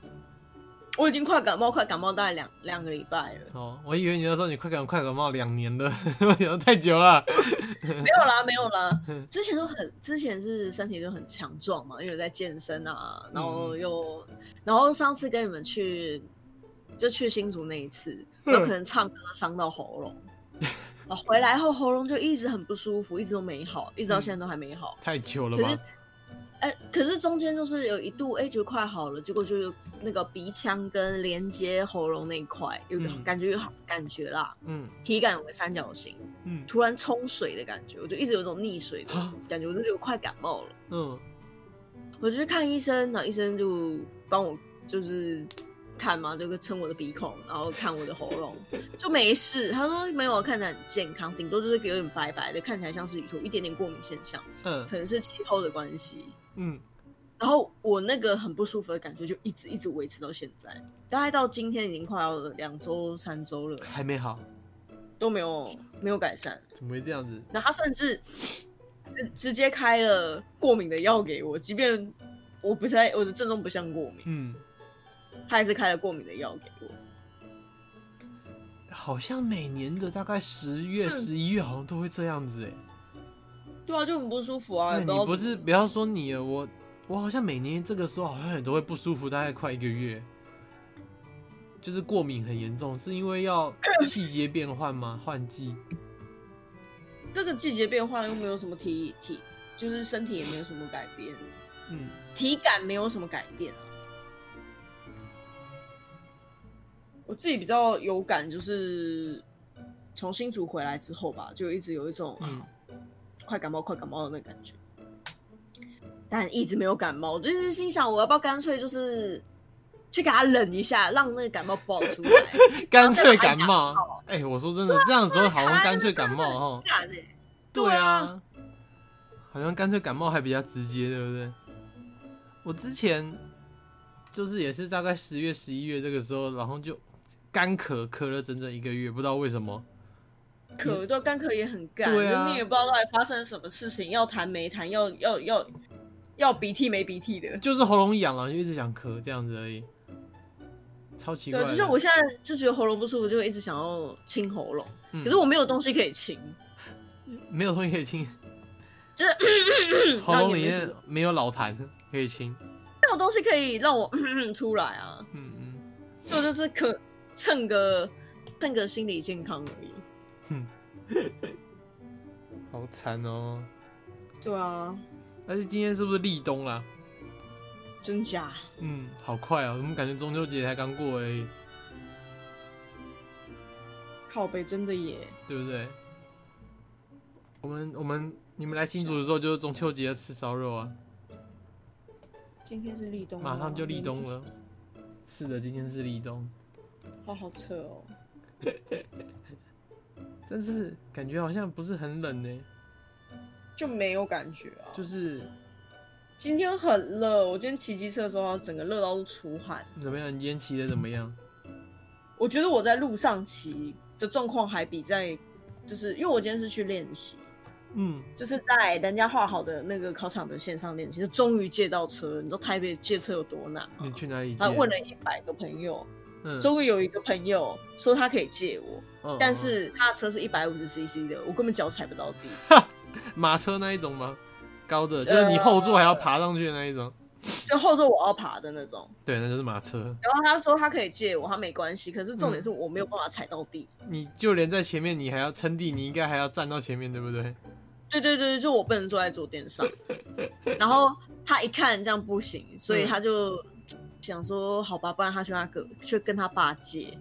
[SPEAKER 1] 我已经快感冒，快感冒大概两两个礼拜了。
[SPEAKER 2] 哦！我以为你要说你快感快感冒两年了， 我想太久了。
[SPEAKER 1] 没有啦，没有 啦，之前都很，之前是身体就很强壮嘛，因为有在健身啊，然
[SPEAKER 2] 嗯
[SPEAKER 1] 后又，然后上次跟你们去，就去新竹那一次，有
[SPEAKER 2] 嗯
[SPEAKER 1] 可能唱歌伤到喉咙，啊，回来后喉咙就一直很不舒服，一直都没好，一直
[SPEAKER 2] 嗯
[SPEAKER 1] 到现在都还没好。
[SPEAKER 2] 太久了
[SPEAKER 1] 可是
[SPEAKER 2] 吧？，
[SPEAKER 1] 哎、可是中间就是有一度，哎、觉得快好了，结果就有那个鼻腔跟连接喉咙那一块，有个
[SPEAKER 2] 嗯
[SPEAKER 1] 感觉有好感觉啦，
[SPEAKER 2] 嗯
[SPEAKER 1] 体感有个三角形。
[SPEAKER 2] 嗯
[SPEAKER 1] 突然冲水的感觉，我就一直有一种溺水的
[SPEAKER 2] 啊
[SPEAKER 1] 感觉，我就觉得我快感冒了。
[SPEAKER 2] 嗯
[SPEAKER 1] 我就去看医生，然后医生就帮我就是看嘛，就撑我的鼻孔，然后看我的喉咙，就没事。他说没有，啊看起来很健康，顶多就是有点白白的，看起来像是有一点点过敏现象，
[SPEAKER 2] 嗯
[SPEAKER 1] 可能是气候的关系。
[SPEAKER 2] 嗯，
[SPEAKER 1] 然后我那个很不舒服的感觉就一直一直维持到现在，大概到今天已经快要两周三周了，
[SPEAKER 2] 还没好，
[SPEAKER 1] 都没有没有改善。
[SPEAKER 2] 怎么会这样子？
[SPEAKER 1] 然后他甚至直直接开了过敏的药给我，即便我不太我的症状不像过敏，
[SPEAKER 2] 嗯，
[SPEAKER 1] 他还是开了过敏的药给我。
[SPEAKER 2] 好像每年的大概十月、
[SPEAKER 1] 嗯
[SPEAKER 2] 十一月好像都会这样子哎、
[SPEAKER 1] 对啊，就很不舒服啊。
[SPEAKER 2] 那
[SPEAKER 1] 也知
[SPEAKER 2] 你
[SPEAKER 1] 道
[SPEAKER 2] 不
[SPEAKER 1] 怎么
[SPEAKER 2] 是不要说你了，我我好像每年这个时候好像也都会不舒服，大概快一个月，就是过敏很严重，是因为要季节变换吗？换季？
[SPEAKER 1] 这个季节变化又没有什么体体，就是身体也没有什么改变，
[SPEAKER 2] 嗯，
[SPEAKER 1] 体感没有什么改变啊。我自己比较有感，就是从新竹回来之后吧，就一直有一种、
[SPEAKER 2] 嗯
[SPEAKER 1] 啊，快感冒、快感冒的那感觉，但一直没有感冒。我就是心想，我要不要干脆就是去给它冷一下，让那个感冒爆出来？
[SPEAKER 2] 干脆感冒。哎、我说真的，这样的时候好像干脆感冒哦。
[SPEAKER 1] 干欸
[SPEAKER 2] 对
[SPEAKER 1] 对
[SPEAKER 2] 啊
[SPEAKER 1] 啊，
[SPEAKER 2] 好像干脆感冒还比较直接，对不对？我之前就是也是大概十月、十一月这个时候，然后就干咳，咳了整整一个月，不知道为什么。
[SPEAKER 1] 咳对干咳也很干，
[SPEAKER 2] 嗯对啊
[SPEAKER 1] 就你也不知道到底发生了什么事情，要痰没痰，要要要要鼻涕没鼻涕的。
[SPEAKER 2] 就是喉咙痒了，就一直想咳这样子而已，超奇怪
[SPEAKER 1] 对，
[SPEAKER 2] 的。
[SPEAKER 1] 就是我现在就觉得喉咙不舒服，就会一直想要清喉咙，
[SPEAKER 2] 嗯
[SPEAKER 1] 可是我没有东西可以清，
[SPEAKER 2] 没有东西可以清，
[SPEAKER 1] 就是
[SPEAKER 2] 喉
[SPEAKER 1] 然
[SPEAKER 2] 咙里
[SPEAKER 1] 后也没什
[SPEAKER 2] 面
[SPEAKER 1] 么
[SPEAKER 2] 没有老痰可以清。
[SPEAKER 1] 没有东西可以让我嗯出来啊，
[SPEAKER 2] 嗯嗯，
[SPEAKER 1] 所以我就是可蹭个蹭个心理健康而已。
[SPEAKER 2] 好惨哦！
[SPEAKER 1] 对啊，
[SPEAKER 2] 而且今天是不是立冬啦？
[SPEAKER 1] 真假？
[SPEAKER 2] 嗯，好快哦，怎么感觉中秋节才刚过而已，
[SPEAKER 1] 靠北真的耶！
[SPEAKER 2] 对不对？我们我们你们来新竹的时候就是中秋节吃烧肉啊，
[SPEAKER 1] 今天是立冬吗，
[SPEAKER 2] 马上就立冬了。是的，今天是立冬，
[SPEAKER 1] 好好扯哦。
[SPEAKER 2] 但是感觉好像不是很冷呢，
[SPEAKER 1] 就没有感觉啊，
[SPEAKER 2] 就是
[SPEAKER 1] 今天很热，我今天骑机车的时候，整个热到都出汗。
[SPEAKER 2] 怎么样？你今天骑的怎么样？
[SPEAKER 1] 我觉得我在路上骑的状况还比在，就是因为我今天是去练习，
[SPEAKER 2] 嗯，
[SPEAKER 1] 就是在人家画好的那个考场的线上练习，就终于借到车。你知道台北借车有多难吗
[SPEAKER 2] 嗯
[SPEAKER 1] 啊
[SPEAKER 2] 你？去哪里借？
[SPEAKER 1] 还问了一百个朋友，
[SPEAKER 2] 嗯，
[SPEAKER 1] 终于有一个朋友说他可以借我，
[SPEAKER 2] 嗯
[SPEAKER 1] 但是他的车是一百五十 CC 的，我根本脚踩不到地。
[SPEAKER 2] 哦马车那一种吗？高
[SPEAKER 1] 呃
[SPEAKER 2] 的，就是你后座还要爬上去的那一种。
[SPEAKER 1] 就后座我要爬的那种。
[SPEAKER 2] 对，那就是马车。
[SPEAKER 1] 然后他说他可以借我，他没关系。可是重
[SPEAKER 2] 嗯
[SPEAKER 1] 点是我没有办法踩到地。
[SPEAKER 2] 你就连在前面，你还要撑地，你应该还要站到前面，对不对？
[SPEAKER 1] 对对对，就我不能坐在坐垫 上。然后他一看这样不行，所
[SPEAKER 2] 嗯
[SPEAKER 1] 以他就想说好吧，不然他去他哥去跟他爸借。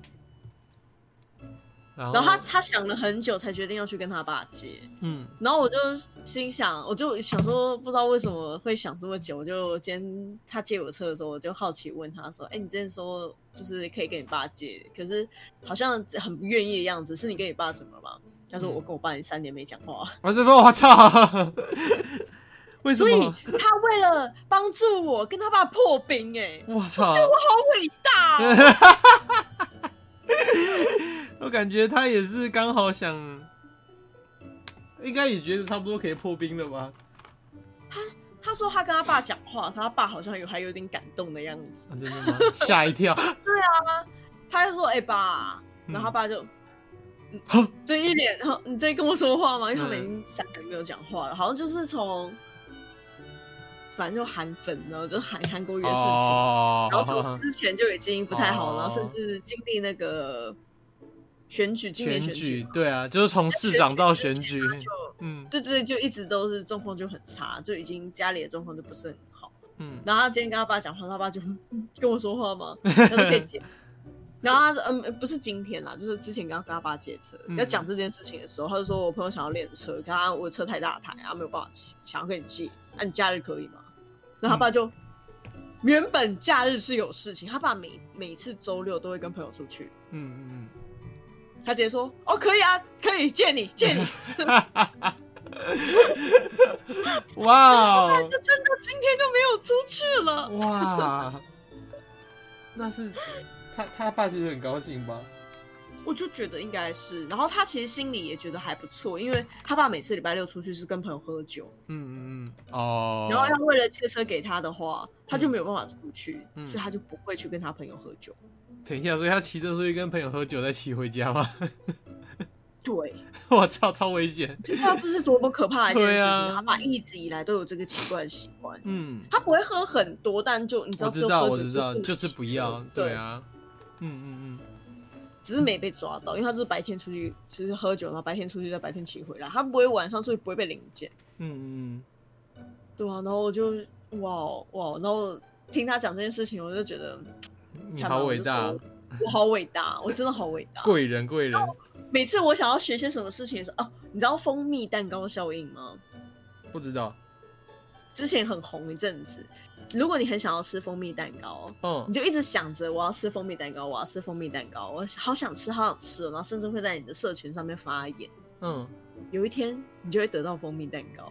[SPEAKER 2] 然后，
[SPEAKER 1] 然后他他想了很久，才决定要去跟他爸借。
[SPEAKER 2] 嗯，
[SPEAKER 1] 然后我就心想，我就想说，不知道为什么会想这么久。我就今天他借我车的时候，我就好奇问他说：“哎、你之前说就是可以跟你爸借，可是好像很不愿意的样子，是你跟你爸怎么了吗？”他说：“
[SPEAKER 2] 嗯
[SPEAKER 1] 我跟我爸也三年没讲话。
[SPEAKER 2] 我啊这边我操， 为”什
[SPEAKER 1] 所以
[SPEAKER 2] 么？
[SPEAKER 1] 他为了帮助我跟他爸破冰、哎，
[SPEAKER 2] 我操！
[SPEAKER 1] 好伟大哦、
[SPEAKER 2] 我感觉他也是刚好想，应该也觉得差不多可以破冰了吧？
[SPEAKER 1] 他说他跟他爸讲话，他爸好像有还有点感动的样子。
[SPEAKER 2] 啊、真的吗？ 吓一 跳！
[SPEAKER 1] 他就说：“哎、爸。”
[SPEAKER 2] 嗯
[SPEAKER 1] 然后他爸就
[SPEAKER 2] 哈
[SPEAKER 1] 就一脸， 然后你在跟我说话吗？因为他们
[SPEAKER 2] 嗯
[SPEAKER 1] 已经三年没有讲话了，好像就是从，反正就韩粉，然后就韩韩国语的事情，
[SPEAKER 2] 哦
[SPEAKER 1] 然后从之前就已经不太好了，
[SPEAKER 2] 哦
[SPEAKER 1] 然后甚至经历那个选举，今年
[SPEAKER 2] 选
[SPEAKER 1] 选
[SPEAKER 2] 举
[SPEAKER 1] 举，
[SPEAKER 2] 对啊，就是从市长到选举，
[SPEAKER 1] 就
[SPEAKER 2] 嗯
[SPEAKER 1] 对对对，就一直都是状况就很差，就已经家里的状况就不是很好。
[SPEAKER 2] 嗯，
[SPEAKER 1] 然后他今天跟他爸讲话，他爸就、嗯、跟我说话吗？他说可以借。然后他说嗯，不是今天啦，就是之前跟他跟他爸借车，
[SPEAKER 2] 嗯
[SPEAKER 1] 要讲这件事情的时候，他就说我朋友想要练车，可他我的车太大台，他没有办法骑，想要跟你借，那、你假日可以吗？然后他爸就、原本假日是有事情，他爸每每次周六都会跟朋友出去，
[SPEAKER 2] 嗯嗯
[SPEAKER 1] 他直接说哦可以啊，可以借你借你，
[SPEAKER 2] 嗯，哇
[SPEAKER 1] 他
[SPEAKER 2] 哦
[SPEAKER 1] 就真的今天就没有出去了。
[SPEAKER 2] 哇，那是他他爸其实很高兴吧？
[SPEAKER 1] 我就觉得应该是，然后他其实心里也觉得还不错，因为他爸每次礼拜六出去是跟朋友喝酒，
[SPEAKER 2] 嗯嗯嗯，哦，
[SPEAKER 1] 然后要为了借车给他的话，他就没有办法出去，
[SPEAKER 2] 嗯
[SPEAKER 1] 所以他就不会去跟他朋友喝酒。
[SPEAKER 2] 等一下，所以他骑车出去跟朋友喝酒，再骑回家吗？
[SPEAKER 1] 对，
[SPEAKER 2] 我操，超危险！
[SPEAKER 1] 就知道这是多么可怕的一件事
[SPEAKER 2] 对
[SPEAKER 1] 情。
[SPEAKER 2] 啊
[SPEAKER 1] 他爸一直以来都有这个奇怪的习惯，
[SPEAKER 2] 嗯，
[SPEAKER 1] 他不会喝很多，但就你知道，
[SPEAKER 2] 我知道，
[SPEAKER 1] 就喝
[SPEAKER 2] 我
[SPEAKER 1] 酒
[SPEAKER 2] 知道，
[SPEAKER 1] 能
[SPEAKER 2] 就是
[SPEAKER 1] 骑
[SPEAKER 2] 不
[SPEAKER 1] 车
[SPEAKER 2] 要，对
[SPEAKER 1] 对，
[SPEAKER 2] 啊，嗯嗯嗯，
[SPEAKER 1] 只是没被抓到，因为他就是白天出去，就是喝酒，然后白天出去，再白天骑回来，他不会晚上出去，不会被临检。
[SPEAKER 2] 嗯嗯
[SPEAKER 1] 对啊，然后我就哇哦哇哦，然后听他讲这件事情，我就觉得
[SPEAKER 2] 嗯，你
[SPEAKER 1] 看
[SPEAKER 2] 好
[SPEAKER 1] 吧
[SPEAKER 2] 伟大，，
[SPEAKER 1] 我就说我好伟大，我真的好伟大。
[SPEAKER 2] 贵人贵人，
[SPEAKER 1] 每次我想要学些什么事情的时候，哦，你知道蜂蜜蛋糕效应吗？
[SPEAKER 2] 不知道，
[SPEAKER 1] 之前很红一阵子。如果你很想要吃蜂蜜蛋糕，
[SPEAKER 2] 嗯
[SPEAKER 1] 你，就一直想着我要吃蜂蜜蛋糕，我要吃蜂蜜蛋糕，我好想吃，好想吃哦，然后甚至会在你的社群上面发言。
[SPEAKER 2] 嗯，
[SPEAKER 1] 有一天，你就会得到蜂蜜蛋糕。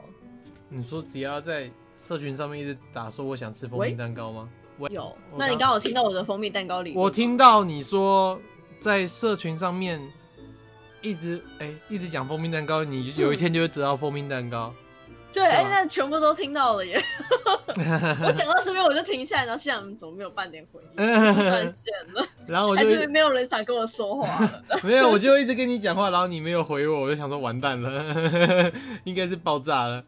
[SPEAKER 2] 你说只要在社群上面一直打说我想吃蜂
[SPEAKER 1] 喂
[SPEAKER 2] 蜜蛋糕吗？喂，
[SPEAKER 1] 有，
[SPEAKER 2] 我
[SPEAKER 1] 那你
[SPEAKER 2] 刚
[SPEAKER 1] 刚好听到我的蜂蜜蛋糕理论
[SPEAKER 2] 我
[SPEAKER 1] 吗
[SPEAKER 2] 听到你说在社群上面一直哎、一直讲蜂蜜蛋糕，你有一天就会得到蜂蜜蛋糕。
[SPEAKER 1] 对，哎、
[SPEAKER 2] 吗
[SPEAKER 1] 那全部都听到了耶！ 我讲到这边我就停下来，然后心想怎么没有半点回应，是断线了，
[SPEAKER 2] 然后 我
[SPEAKER 1] 还
[SPEAKER 2] 就是
[SPEAKER 1] 没有人想跟我说话 了？
[SPEAKER 2] 没有，我就一直跟你讲话，然后你没有回我，我就想说完蛋了， 应该是爆炸了。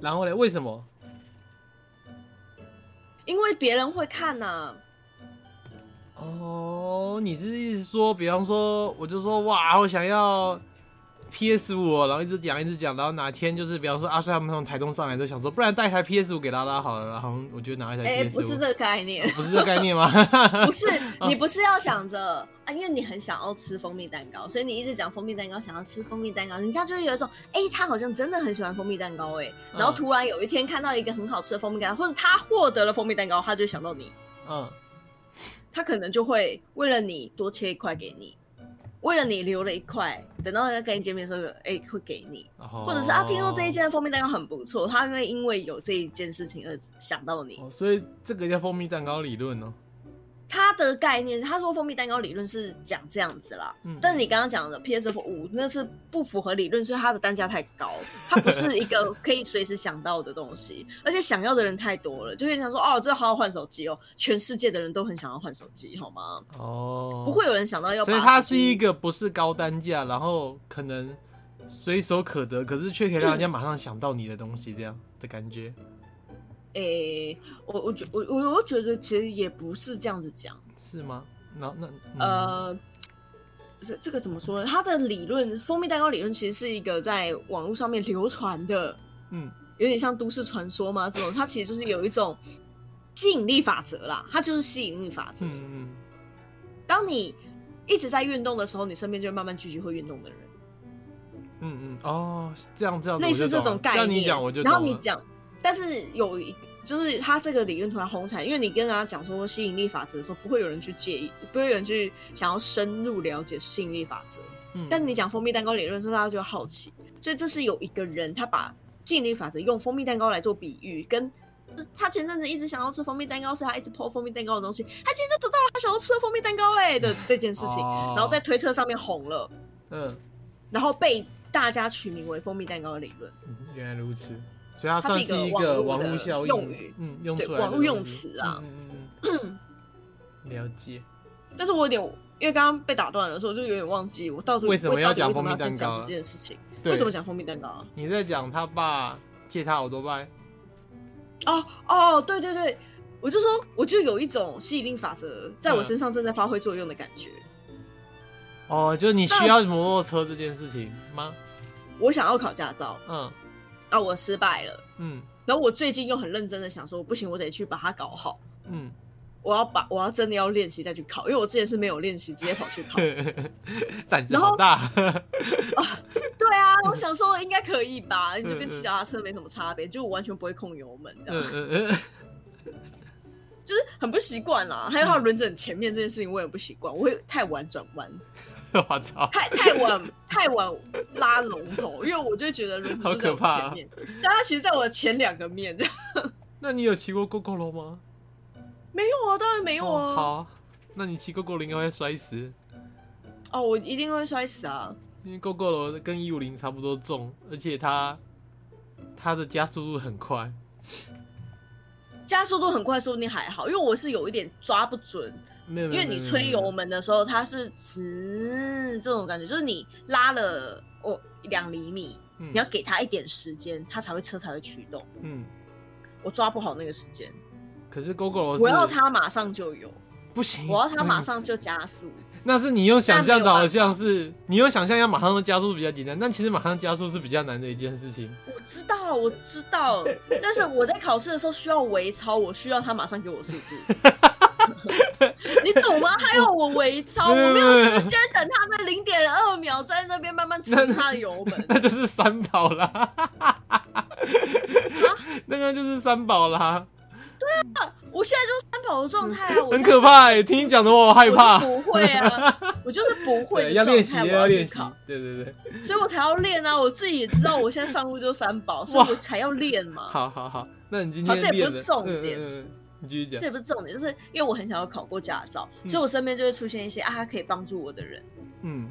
[SPEAKER 2] 然后嘞，为什么？
[SPEAKER 1] 因为别人会看呐、
[SPEAKER 2] 哦，你是意思说，比方说，我就说哇，我想要 PS 五，哦然后一直讲一直讲，然后哪天就是比方说阿帅他们从台东上来，就想说，不然带一台 PS 五给拉拉好了，然后我就拿一台
[SPEAKER 1] 哎、
[SPEAKER 2] PS 五、
[SPEAKER 1] 不是这个概 念，
[SPEAKER 2] 不是这个概念吗？
[SPEAKER 1] 不 是你不是要想着啊，因为你很想要吃蜂蜜蛋糕，所以你一直讲蜂蜜蛋糕，想要吃蜂蜜蛋糕，人家就会有一种哎、他好像真的很喜欢蜂蜜蛋糕哎、然后
[SPEAKER 2] 嗯
[SPEAKER 1] 突然有一天看到一个很好吃的蜂蜜蛋糕，或者他获得了蜂蜜蛋糕，他就想到你。
[SPEAKER 2] 嗯，
[SPEAKER 1] 他可能就会为了你多切一块给你，为了你留了一块，等到他跟你见面的时候，哎、会给你，
[SPEAKER 2] 或
[SPEAKER 1] 或者是啊，听说
[SPEAKER 2] 哦
[SPEAKER 1] 这一间的蜂蜜蛋糕很不错，他会
[SPEAKER 2] 哦
[SPEAKER 1] 因为有这一件事情而想到你。
[SPEAKER 2] 哦，所以这个叫蜂蜜蛋糕理论哦。
[SPEAKER 1] 它的概念，他说蜂蜜蛋糕理论是讲这样子啦，
[SPEAKER 2] 嗯
[SPEAKER 1] 但你刚刚讲的 PS4 五那是不符合理论，所以它的单价太高，它不是一个可以随时想到的东西，而且想要的人太多了，就跟你讲说哦，这好好换手机哦，全世界的人都很想要换手机，好吗？
[SPEAKER 2] 哦，
[SPEAKER 1] 不会有人想到要把手
[SPEAKER 2] 所
[SPEAKER 1] 机，
[SPEAKER 2] 以它是一个不是高单价，然后可能随手可得，可是却可以让人家马上想到你的东西，这样的感觉。
[SPEAKER 1] 诶、我我觉我我我觉得其实也不是这样子讲，
[SPEAKER 2] 是吗？那那、嗯、
[SPEAKER 1] 呃，这这个怎么说呢？它的理论蜂蜜蛋糕理论其实是一个在网络上面流传的，
[SPEAKER 2] 嗯，
[SPEAKER 1] 有点像都市传说嘛，这种它其实就是有一种吸引力法则啦，它就是吸引力法则。
[SPEAKER 2] 嗯嗯
[SPEAKER 1] 当你一直在运动的时候，你身边就会慢慢聚集会运动的人，
[SPEAKER 2] 嗯嗯哦，这样这样
[SPEAKER 1] 类似这种概念。
[SPEAKER 2] 你讲我就
[SPEAKER 1] 然后
[SPEAKER 2] 懂
[SPEAKER 1] 你
[SPEAKER 2] 了
[SPEAKER 1] 讲，但是有一就是他这个理论突然红起来，因为你跟大家讲说吸引力法则的时候，不会有人去介意，不会有人去想要深入了解吸引力法则。
[SPEAKER 2] 嗯
[SPEAKER 1] 但你讲蜂蜜蛋糕理论的时候，大家就好奇，所以这是有一个人他把吸引力法则用蜂蜜蛋糕来做比喻，跟他前阵子一直想要吃蜂蜜蛋糕，所以他一直抛蜂蜜蛋糕的东西，他今天得到了他想要吃的蜂蜜蛋糕哎、的这件事情，
[SPEAKER 2] 哦
[SPEAKER 1] 然后在推特上面红了，
[SPEAKER 2] 嗯，
[SPEAKER 1] 然后被大家取名为蜂蜜蛋糕的理论，
[SPEAKER 2] 嗯原来如此，所以它
[SPEAKER 1] 它
[SPEAKER 2] 算
[SPEAKER 1] 是一个
[SPEAKER 2] 一
[SPEAKER 1] 网
[SPEAKER 2] 个
[SPEAKER 1] 络
[SPEAKER 2] 网
[SPEAKER 1] 的
[SPEAKER 2] 络效应
[SPEAKER 1] 用语
[SPEAKER 2] 嗯，用
[SPEAKER 1] 对
[SPEAKER 2] 出来的
[SPEAKER 1] 网络用
[SPEAKER 2] 东西
[SPEAKER 1] 词啊
[SPEAKER 2] 嗯嗯嗯嗯，了解。
[SPEAKER 1] 但是我有点因为刚刚被打断了，所以我就有点忘记我到底
[SPEAKER 2] 为什么
[SPEAKER 1] 我
[SPEAKER 2] 要
[SPEAKER 1] 到底
[SPEAKER 2] 讲
[SPEAKER 1] 为什么
[SPEAKER 2] 蜂蜜蛋糕
[SPEAKER 1] 要
[SPEAKER 2] 啊
[SPEAKER 1] 讲这件事情，
[SPEAKER 2] 对
[SPEAKER 1] 为什么讲蜂蜜蛋糕啊？
[SPEAKER 2] 你在讲他爸借他好多拜？
[SPEAKER 1] 哦哦，对对对，我就说，我就有一种吸引力法则在我身上正在发挥作用的感觉。
[SPEAKER 2] 哦，就是你需要摩托车这件事情吗？
[SPEAKER 1] 我想要考驾照，
[SPEAKER 2] 嗯
[SPEAKER 1] 啊，我失败了。
[SPEAKER 2] 嗯
[SPEAKER 1] 然后我最近又很认真的想说，不行，我得去把它搞好。
[SPEAKER 2] 嗯，
[SPEAKER 1] 我要把我要真的要练习再去考，因为我之前是没有练习，直接跑去考。
[SPEAKER 2] 胆子
[SPEAKER 1] 然
[SPEAKER 2] 好
[SPEAKER 1] 后
[SPEAKER 2] 大。
[SPEAKER 1] 对啊，我想 说应该可以吧，你就跟骑脚踏车没什么差别，就我完全不会控油门，这
[SPEAKER 2] 嗯
[SPEAKER 1] 样、
[SPEAKER 2] 嗯嗯，
[SPEAKER 1] 就是很不习惯啦。还有
[SPEAKER 2] 嗯
[SPEAKER 1] 它轮子很前面这件事情，我也不习惯，我会太晚转弯，
[SPEAKER 2] 我操！
[SPEAKER 1] 太太晚太晚拉龙头，因为我就觉得轮子就在
[SPEAKER 2] 好可
[SPEAKER 1] 我
[SPEAKER 2] 怕
[SPEAKER 1] 前
[SPEAKER 2] 啊
[SPEAKER 1] 面，但它其实在我的前两个面，
[SPEAKER 2] 那你有骑过 GoGo 龙吗？
[SPEAKER 1] 没有啊，当然没有啊。
[SPEAKER 2] 哦好，那你骑 GoGo 龙应该会摔死，
[SPEAKER 1] 哦，我一定会摔死啊！
[SPEAKER 2] 因为 GoGo 龙跟一五零差不多重，而且它它的加速度很快。
[SPEAKER 1] 加速度很快，说不定还好，因为我是有一点抓不准，
[SPEAKER 2] 没有，
[SPEAKER 1] 因
[SPEAKER 2] 没有
[SPEAKER 1] 为你吹
[SPEAKER 2] 嗯
[SPEAKER 1] 油，门的时候，它是直这种感觉，就是你拉了哦两厘米，
[SPEAKER 2] 没有没有嗯
[SPEAKER 1] 你要给它一点时间，它才会车才会驱动。
[SPEAKER 2] 嗯。
[SPEAKER 1] 我抓不好那个时间，
[SPEAKER 2] 可是 GoGo 龙，
[SPEAKER 1] 我要它马上就有，
[SPEAKER 2] 不行，
[SPEAKER 1] 我要它马
[SPEAKER 2] 嗯
[SPEAKER 1] 上就加速。
[SPEAKER 2] 那是你用想象
[SPEAKER 1] 但没有
[SPEAKER 2] 的，
[SPEAKER 1] 办法
[SPEAKER 2] 好像是你用想象要马上加速比较简单，但其实马上加速是比较难的一件事情。
[SPEAKER 1] 我知道，我知道， 但是我在考试的时候需要微超，我需要他马上给我速度， 你懂吗？还有我微超，我没有时间等他那零点二秒在那边慢慢撑他的油门。
[SPEAKER 2] 那就是三宝啦，
[SPEAKER 1] 啊
[SPEAKER 2] 那个就是三宝啦，
[SPEAKER 1] 我现在就是三跑的状态啊，我
[SPEAKER 2] 很
[SPEAKER 1] 现在
[SPEAKER 2] 可怕、欸。听你讲的我好害怕
[SPEAKER 1] 我就。不会啊，我就是不会
[SPEAKER 2] 对，
[SPEAKER 1] 的
[SPEAKER 2] 要
[SPEAKER 1] 状
[SPEAKER 2] 练习，
[SPEAKER 1] 态，我
[SPEAKER 2] 要
[SPEAKER 1] 去
[SPEAKER 2] 练习
[SPEAKER 1] 考，。
[SPEAKER 2] 对对对，
[SPEAKER 1] 所以我才要练啊！我自己也知道，我现在上路就三宝，所以我才要练嘛。
[SPEAKER 2] 好好好，那你今
[SPEAKER 1] 好
[SPEAKER 2] 天
[SPEAKER 1] 这也不
[SPEAKER 2] 练
[SPEAKER 1] 是
[SPEAKER 2] 了，
[SPEAKER 1] 重
[SPEAKER 2] 嗯
[SPEAKER 1] 点
[SPEAKER 2] 嗯嗯你继续
[SPEAKER 1] 这
[SPEAKER 2] 讲。
[SPEAKER 1] 也不是重点，就是因为我很想要考过驾照，
[SPEAKER 2] 嗯
[SPEAKER 1] 所以我身边就会出现一些啊，他可以帮助我的人。
[SPEAKER 2] 嗯，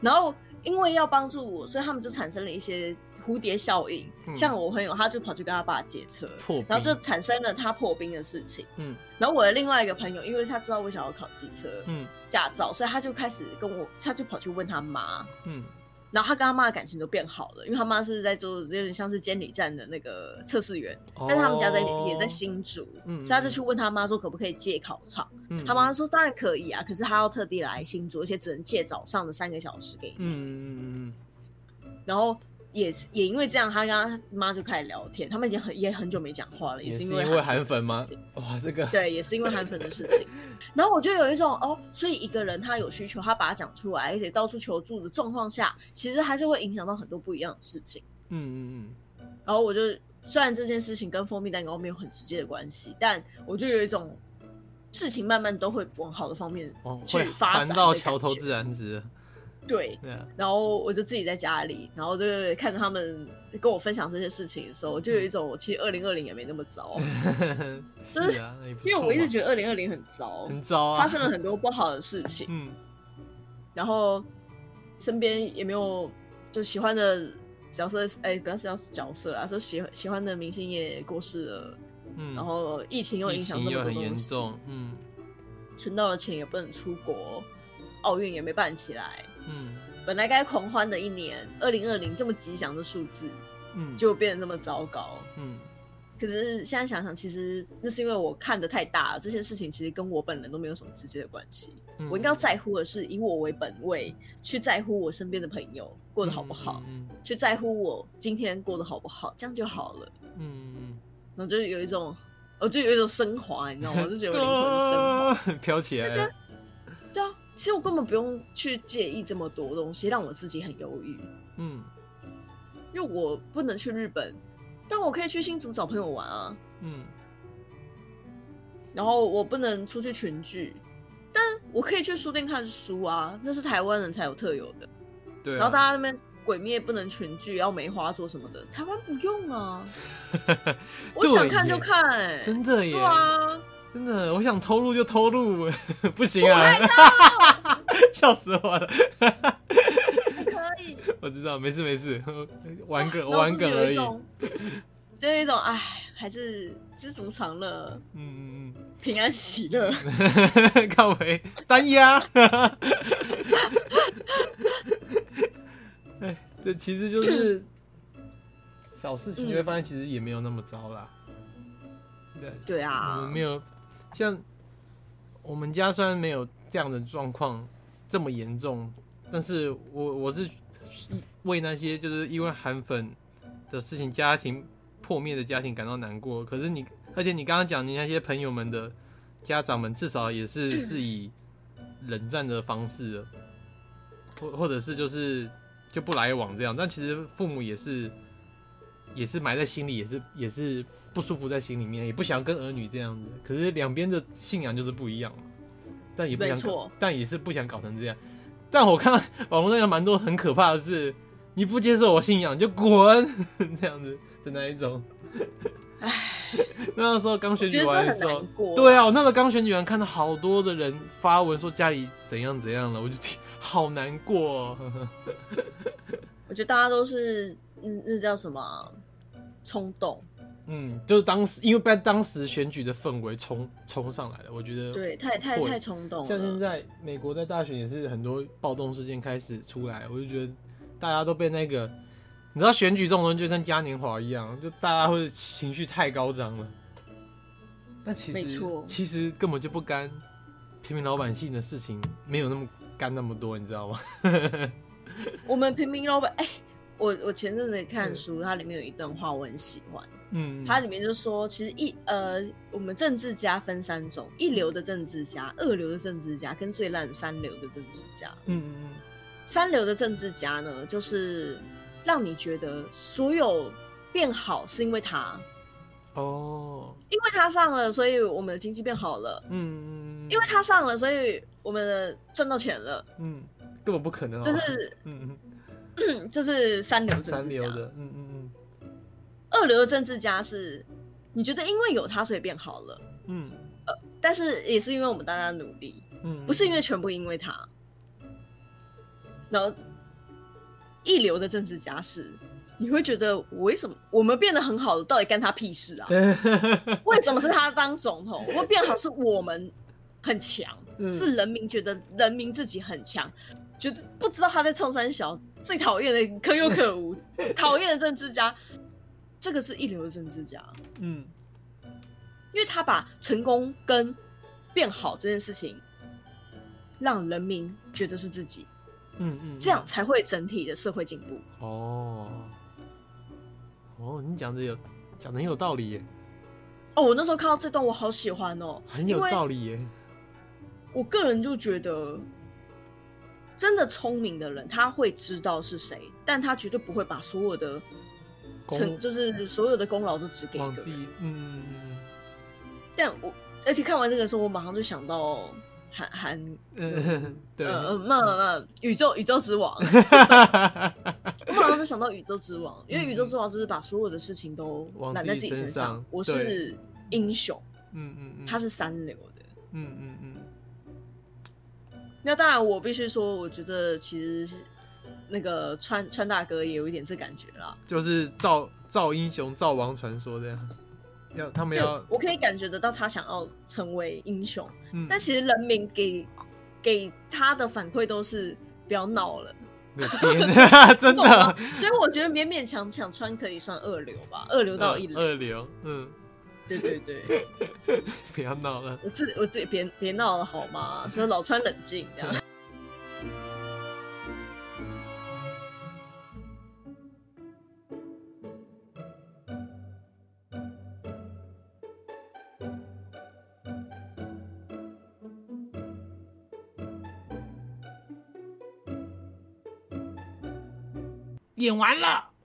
[SPEAKER 1] 然后因为要帮助我，所以他们就产生了一些蝴蝶效应。
[SPEAKER 2] 嗯
[SPEAKER 1] 像我朋友，他就跑去跟他爸借车，
[SPEAKER 2] 破冰。
[SPEAKER 1] 然后就产生了他破冰的事情。
[SPEAKER 2] 嗯
[SPEAKER 1] 然后我的另外一个朋友，因为他知道我想要考机车
[SPEAKER 2] 嗯
[SPEAKER 1] 驾照，所以他就开始跟我，他就跑去问他妈。
[SPEAKER 2] 嗯
[SPEAKER 1] 然后他跟他妈的感情都变好了，因为他妈是在做有点像是监理站的那个测试员，但是他们家在、
[SPEAKER 2] 哦
[SPEAKER 1] 也在新竹，
[SPEAKER 2] 嗯嗯
[SPEAKER 1] 所以他就去问他妈说可不可以借考场，
[SPEAKER 2] 嗯
[SPEAKER 1] 他妈说当然可以啊，可是他要特地来新竹，而且只能借早上的三个小时给你。
[SPEAKER 2] 嗯嗯嗯
[SPEAKER 1] 然后也是也因为这样，他跟他妈就开始聊天，他们已经很也很久没讲话了，
[SPEAKER 2] 嗯，也
[SPEAKER 1] 是
[SPEAKER 2] 是
[SPEAKER 1] 因
[SPEAKER 2] 因
[SPEAKER 1] 为
[SPEAKER 2] 为韩粉
[SPEAKER 1] 的
[SPEAKER 2] 吗
[SPEAKER 1] 事情？
[SPEAKER 2] 哇，这个
[SPEAKER 1] 对，也是因为韩粉的事情。然后我就有一种哦，所以一个人他有需求，他把它讲出来，而且到处求助的状况下，其实还是会影响到很多不一样的事情。
[SPEAKER 2] 嗯嗯
[SPEAKER 1] 然后我就虽然这件事情跟蜂蜜蛋糕没有很直接的关系，但我就有一种事情慢慢都会往好的方面
[SPEAKER 2] 嗯，哦，
[SPEAKER 1] 去
[SPEAKER 2] 会
[SPEAKER 1] 发
[SPEAKER 2] 传
[SPEAKER 1] 展
[SPEAKER 2] 到
[SPEAKER 1] 的
[SPEAKER 2] 桥
[SPEAKER 1] 感
[SPEAKER 2] 头
[SPEAKER 1] 觉
[SPEAKER 2] 自然直了。
[SPEAKER 1] 对，
[SPEAKER 2] 对啊，
[SPEAKER 1] 然后我就自己在家里，然后就是看着他们跟我分享这些事情的时候，我就
[SPEAKER 2] 嗯
[SPEAKER 1] 有一种，我其实二零二零也没那么 糟，真的
[SPEAKER 2] 是啊，那也不
[SPEAKER 1] 因为
[SPEAKER 2] 错
[SPEAKER 1] 我一直
[SPEAKER 2] 嘛
[SPEAKER 1] 觉得二零二零很糟，
[SPEAKER 2] 很糟啊，
[SPEAKER 1] 发生了很多不好的事情，
[SPEAKER 2] 嗯
[SPEAKER 1] 然后身边也没有就喜欢的角色，哎，不要叫角色啊，说喜欢喜欢的明星也过世了，
[SPEAKER 2] 嗯，
[SPEAKER 1] 然后疫情又
[SPEAKER 2] 疫
[SPEAKER 1] 影响
[SPEAKER 2] 情
[SPEAKER 1] 这
[SPEAKER 2] 又
[SPEAKER 1] 么多
[SPEAKER 2] 很严
[SPEAKER 1] 东西，
[SPEAKER 2] 重，嗯
[SPEAKER 1] 存到的钱也不能出国，奥运也没办起来，
[SPEAKER 2] 嗯
[SPEAKER 1] 本来该狂欢的一年，二零二零这么吉祥的数字，
[SPEAKER 2] 嗯，
[SPEAKER 1] 就变得那么糟糕。
[SPEAKER 2] 嗯
[SPEAKER 1] 可是现在想想，其实那是因为我看的太大了，这件事情其实跟我本人都没有什么直接的关系。
[SPEAKER 2] 嗯
[SPEAKER 1] 我应该要在乎的是以我为本位，去在乎我身边的朋友过得好不好，
[SPEAKER 2] 嗯嗯
[SPEAKER 1] 去在乎我今天过得好不好，这样就好了。
[SPEAKER 2] 嗯嗯嗯。
[SPEAKER 1] 然后就有一种，我就有一种升华，你知道吗？就觉得我灵魂升 华。
[SPEAKER 2] 华飘起来了，
[SPEAKER 1] 对啊，其实我根本不用去介意这么多东西，让我自己很忧郁，
[SPEAKER 2] 嗯
[SPEAKER 1] 因为我不能去日本，但我可以去新竹找朋友玩啊。
[SPEAKER 2] 嗯
[SPEAKER 1] 然后我不能出去群聚，但我可以去书店看书啊，那是台湾人才有特有的。
[SPEAKER 2] 对啊、
[SPEAKER 1] 然后大家那边鬼灭不能群聚，要梅花做什么的，台湾不用 啊，我想看就看、欸，
[SPEAKER 2] 真的耶，
[SPEAKER 1] 对啊，
[SPEAKER 2] 真的，我想偷录就偷录， 不行啊， 笑死我了，
[SPEAKER 1] 不可 以。
[SPEAKER 2] 我知道，没事没事， 玩 梗、
[SPEAKER 1] 然后
[SPEAKER 2] 玩梗
[SPEAKER 1] 就是有
[SPEAKER 2] 而
[SPEAKER 1] 一
[SPEAKER 2] 已，
[SPEAKER 1] 种，就是一种哎，还是知足常乐，
[SPEAKER 2] 嗯嗯
[SPEAKER 1] 平安喜 乐。
[SPEAKER 2] 嗯， 靠围单啊压， 哎，这其实就是小事情，
[SPEAKER 1] 嗯
[SPEAKER 2] 你会发现其实也没有那么糟啦，对，
[SPEAKER 1] 对
[SPEAKER 2] 我
[SPEAKER 1] 啊
[SPEAKER 2] 们，没有像我们家虽然没有这样的状况这么严重，但是我我是为那些就是因为韩粉的事情家庭破灭的家庭感到难过。可是你，而且你刚刚讲你那些朋友们的家长们，至少 也是是以冷战的方式了，或或者是就是就不来往这样。但其实父母也是也是埋在心里，也是也是不舒服在心里面，也不想跟儿女这样子。可是两边的信仰就是不一样嘛，但也不想
[SPEAKER 1] 没
[SPEAKER 2] 搞
[SPEAKER 1] 错，
[SPEAKER 2] 但也是不想搞成这样。但我看到网络上有蛮多很可怕的是，你不接受我信仰你就滚 这样子的那一种。那时候刚选
[SPEAKER 1] 我觉
[SPEAKER 2] 举
[SPEAKER 1] 得
[SPEAKER 2] 完
[SPEAKER 1] 真
[SPEAKER 2] 的
[SPEAKER 1] 的很
[SPEAKER 2] 时候
[SPEAKER 1] 难，过。
[SPEAKER 2] 对啊，我那时候刚选举完，看到好多的人发文说家里怎样怎样了，我就 好难过、哦。
[SPEAKER 1] 我觉得大家都是，嗯，那叫什么啊冲动。
[SPEAKER 2] 嗯，就是当时因为被当时选举的氛围冲冲上来了，我觉得
[SPEAKER 1] 对，太太
[SPEAKER 2] 会
[SPEAKER 1] 太冲动
[SPEAKER 2] 呃像现
[SPEAKER 1] 了。
[SPEAKER 2] 在美国在大选也是很多暴动事件开始出来，我就觉得大家都被那个，你知道选举这种东西就跟嘉年华一样，就大家会情绪太高涨了。但其
[SPEAKER 1] 没
[SPEAKER 2] 实
[SPEAKER 1] 错
[SPEAKER 2] 其实根本就不干平民老百姓的事情，没有那么干那么多，你知道吗？
[SPEAKER 1] 我们平民老板，哎、我我前阵子看书，它里面有一段话我很喜欢，
[SPEAKER 2] 嗯，
[SPEAKER 1] 它里面就说，其实一呃，我们政治家分三种：一流的政治家、二流的政治家跟最烂三流的政治家。
[SPEAKER 2] 嗯嗯
[SPEAKER 1] 三流的政治家呢，就是让你觉得所有变好是因为他，
[SPEAKER 2] 嗯，哦，
[SPEAKER 1] 因为他上了，所以我们的经济变好了；
[SPEAKER 2] 嗯，
[SPEAKER 1] 因为他上了，所以我们的赚到钱了。
[SPEAKER 2] 嗯根本不可能，
[SPEAKER 1] 这
[SPEAKER 2] 好吧
[SPEAKER 1] 是
[SPEAKER 2] 嗯
[SPEAKER 1] 嗯这是三流
[SPEAKER 2] 嗯三
[SPEAKER 1] 政治
[SPEAKER 2] 流
[SPEAKER 1] 家。
[SPEAKER 2] 的，嗯嗯
[SPEAKER 1] 二流的政治家是，你觉得因为有他所以变好了，
[SPEAKER 2] 嗯
[SPEAKER 1] 但是也是因为我们大家努力，
[SPEAKER 2] 嗯嗯，
[SPEAKER 1] 不是因为全部因为他。然后一流的政治家是，你会觉得我为什么我们变得很好了，到底干他屁事啊？
[SPEAKER 2] 嗯
[SPEAKER 1] 为什么是他当总统？我变好是我们很强，
[SPEAKER 2] 嗯
[SPEAKER 1] 是人民觉得人民自己很强，觉得不知道他在冲三小，最讨厌的可有可 无，讨厌的政治家，这个是一流的政治家，
[SPEAKER 2] 嗯
[SPEAKER 1] 因为他把成功跟变好这件事情，让人民觉得是自己，
[SPEAKER 2] 嗯嗯
[SPEAKER 1] 这样才会整体的社会进步。
[SPEAKER 2] 哦，哦，你讲的有讲的很有道理耶，
[SPEAKER 1] 哦，我那时候看到这段，我好喜欢哦，
[SPEAKER 2] 很有
[SPEAKER 1] 因为
[SPEAKER 2] 道理耶。
[SPEAKER 1] 我个人就觉得，真的聪明的人，他会知道是谁，但他绝对不会把所有的
[SPEAKER 2] 功
[SPEAKER 1] 成就是所有的功劳都只给一
[SPEAKER 2] 往
[SPEAKER 1] 个
[SPEAKER 2] 自
[SPEAKER 1] 人。
[SPEAKER 2] 己，嗯嗯嗯
[SPEAKER 1] 但我而且看完这个的时候，我马上就想到韩韩
[SPEAKER 2] 嗯， 对，
[SPEAKER 1] 呃，那那宇宙宇宙之王，我马上就想到宇宙之王，因为宇宙之王就是把所有的事情都
[SPEAKER 2] 嗯往
[SPEAKER 1] 揽
[SPEAKER 2] 自
[SPEAKER 1] 在
[SPEAKER 2] 己
[SPEAKER 1] 己身
[SPEAKER 2] 身上
[SPEAKER 1] 我
[SPEAKER 2] 对
[SPEAKER 1] 是英雄，
[SPEAKER 2] 嗯嗯嗯，
[SPEAKER 1] 他是三流的。
[SPEAKER 2] 嗯嗯嗯，
[SPEAKER 1] 那当然，我必须说，我觉得其实是那个川川大哥也有一点这感觉啦。
[SPEAKER 2] 就是造造英雄、造王传说这样，要他们
[SPEAKER 1] 对
[SPEAKER 2] 要，，
[SPEAKER 1] 我可以感觉得到他想要成为英雄，
[SPEAKER 2] 啊嗯，
[SPEAKER 1] 但其实人民给给他的反馈都是不要闹了，
[SPEAKER 2] 没有编 真
[SPEAKER 1] 懂吗
[SPEAKER 2] 的，？啊
[SPEAKER 1] 所以我觉得勉勉强强川可以算二流吧，二流到一流。
[SPEAKER 2] 二流，嗯，
[SPEAKER 1] 对对对。
[SPEAKER 2] 不要闹了。
[SPEAKER 1] 我自我自己别别闹了好吗？所以老川冷静这样。
[SPEAKER 2] 演完了，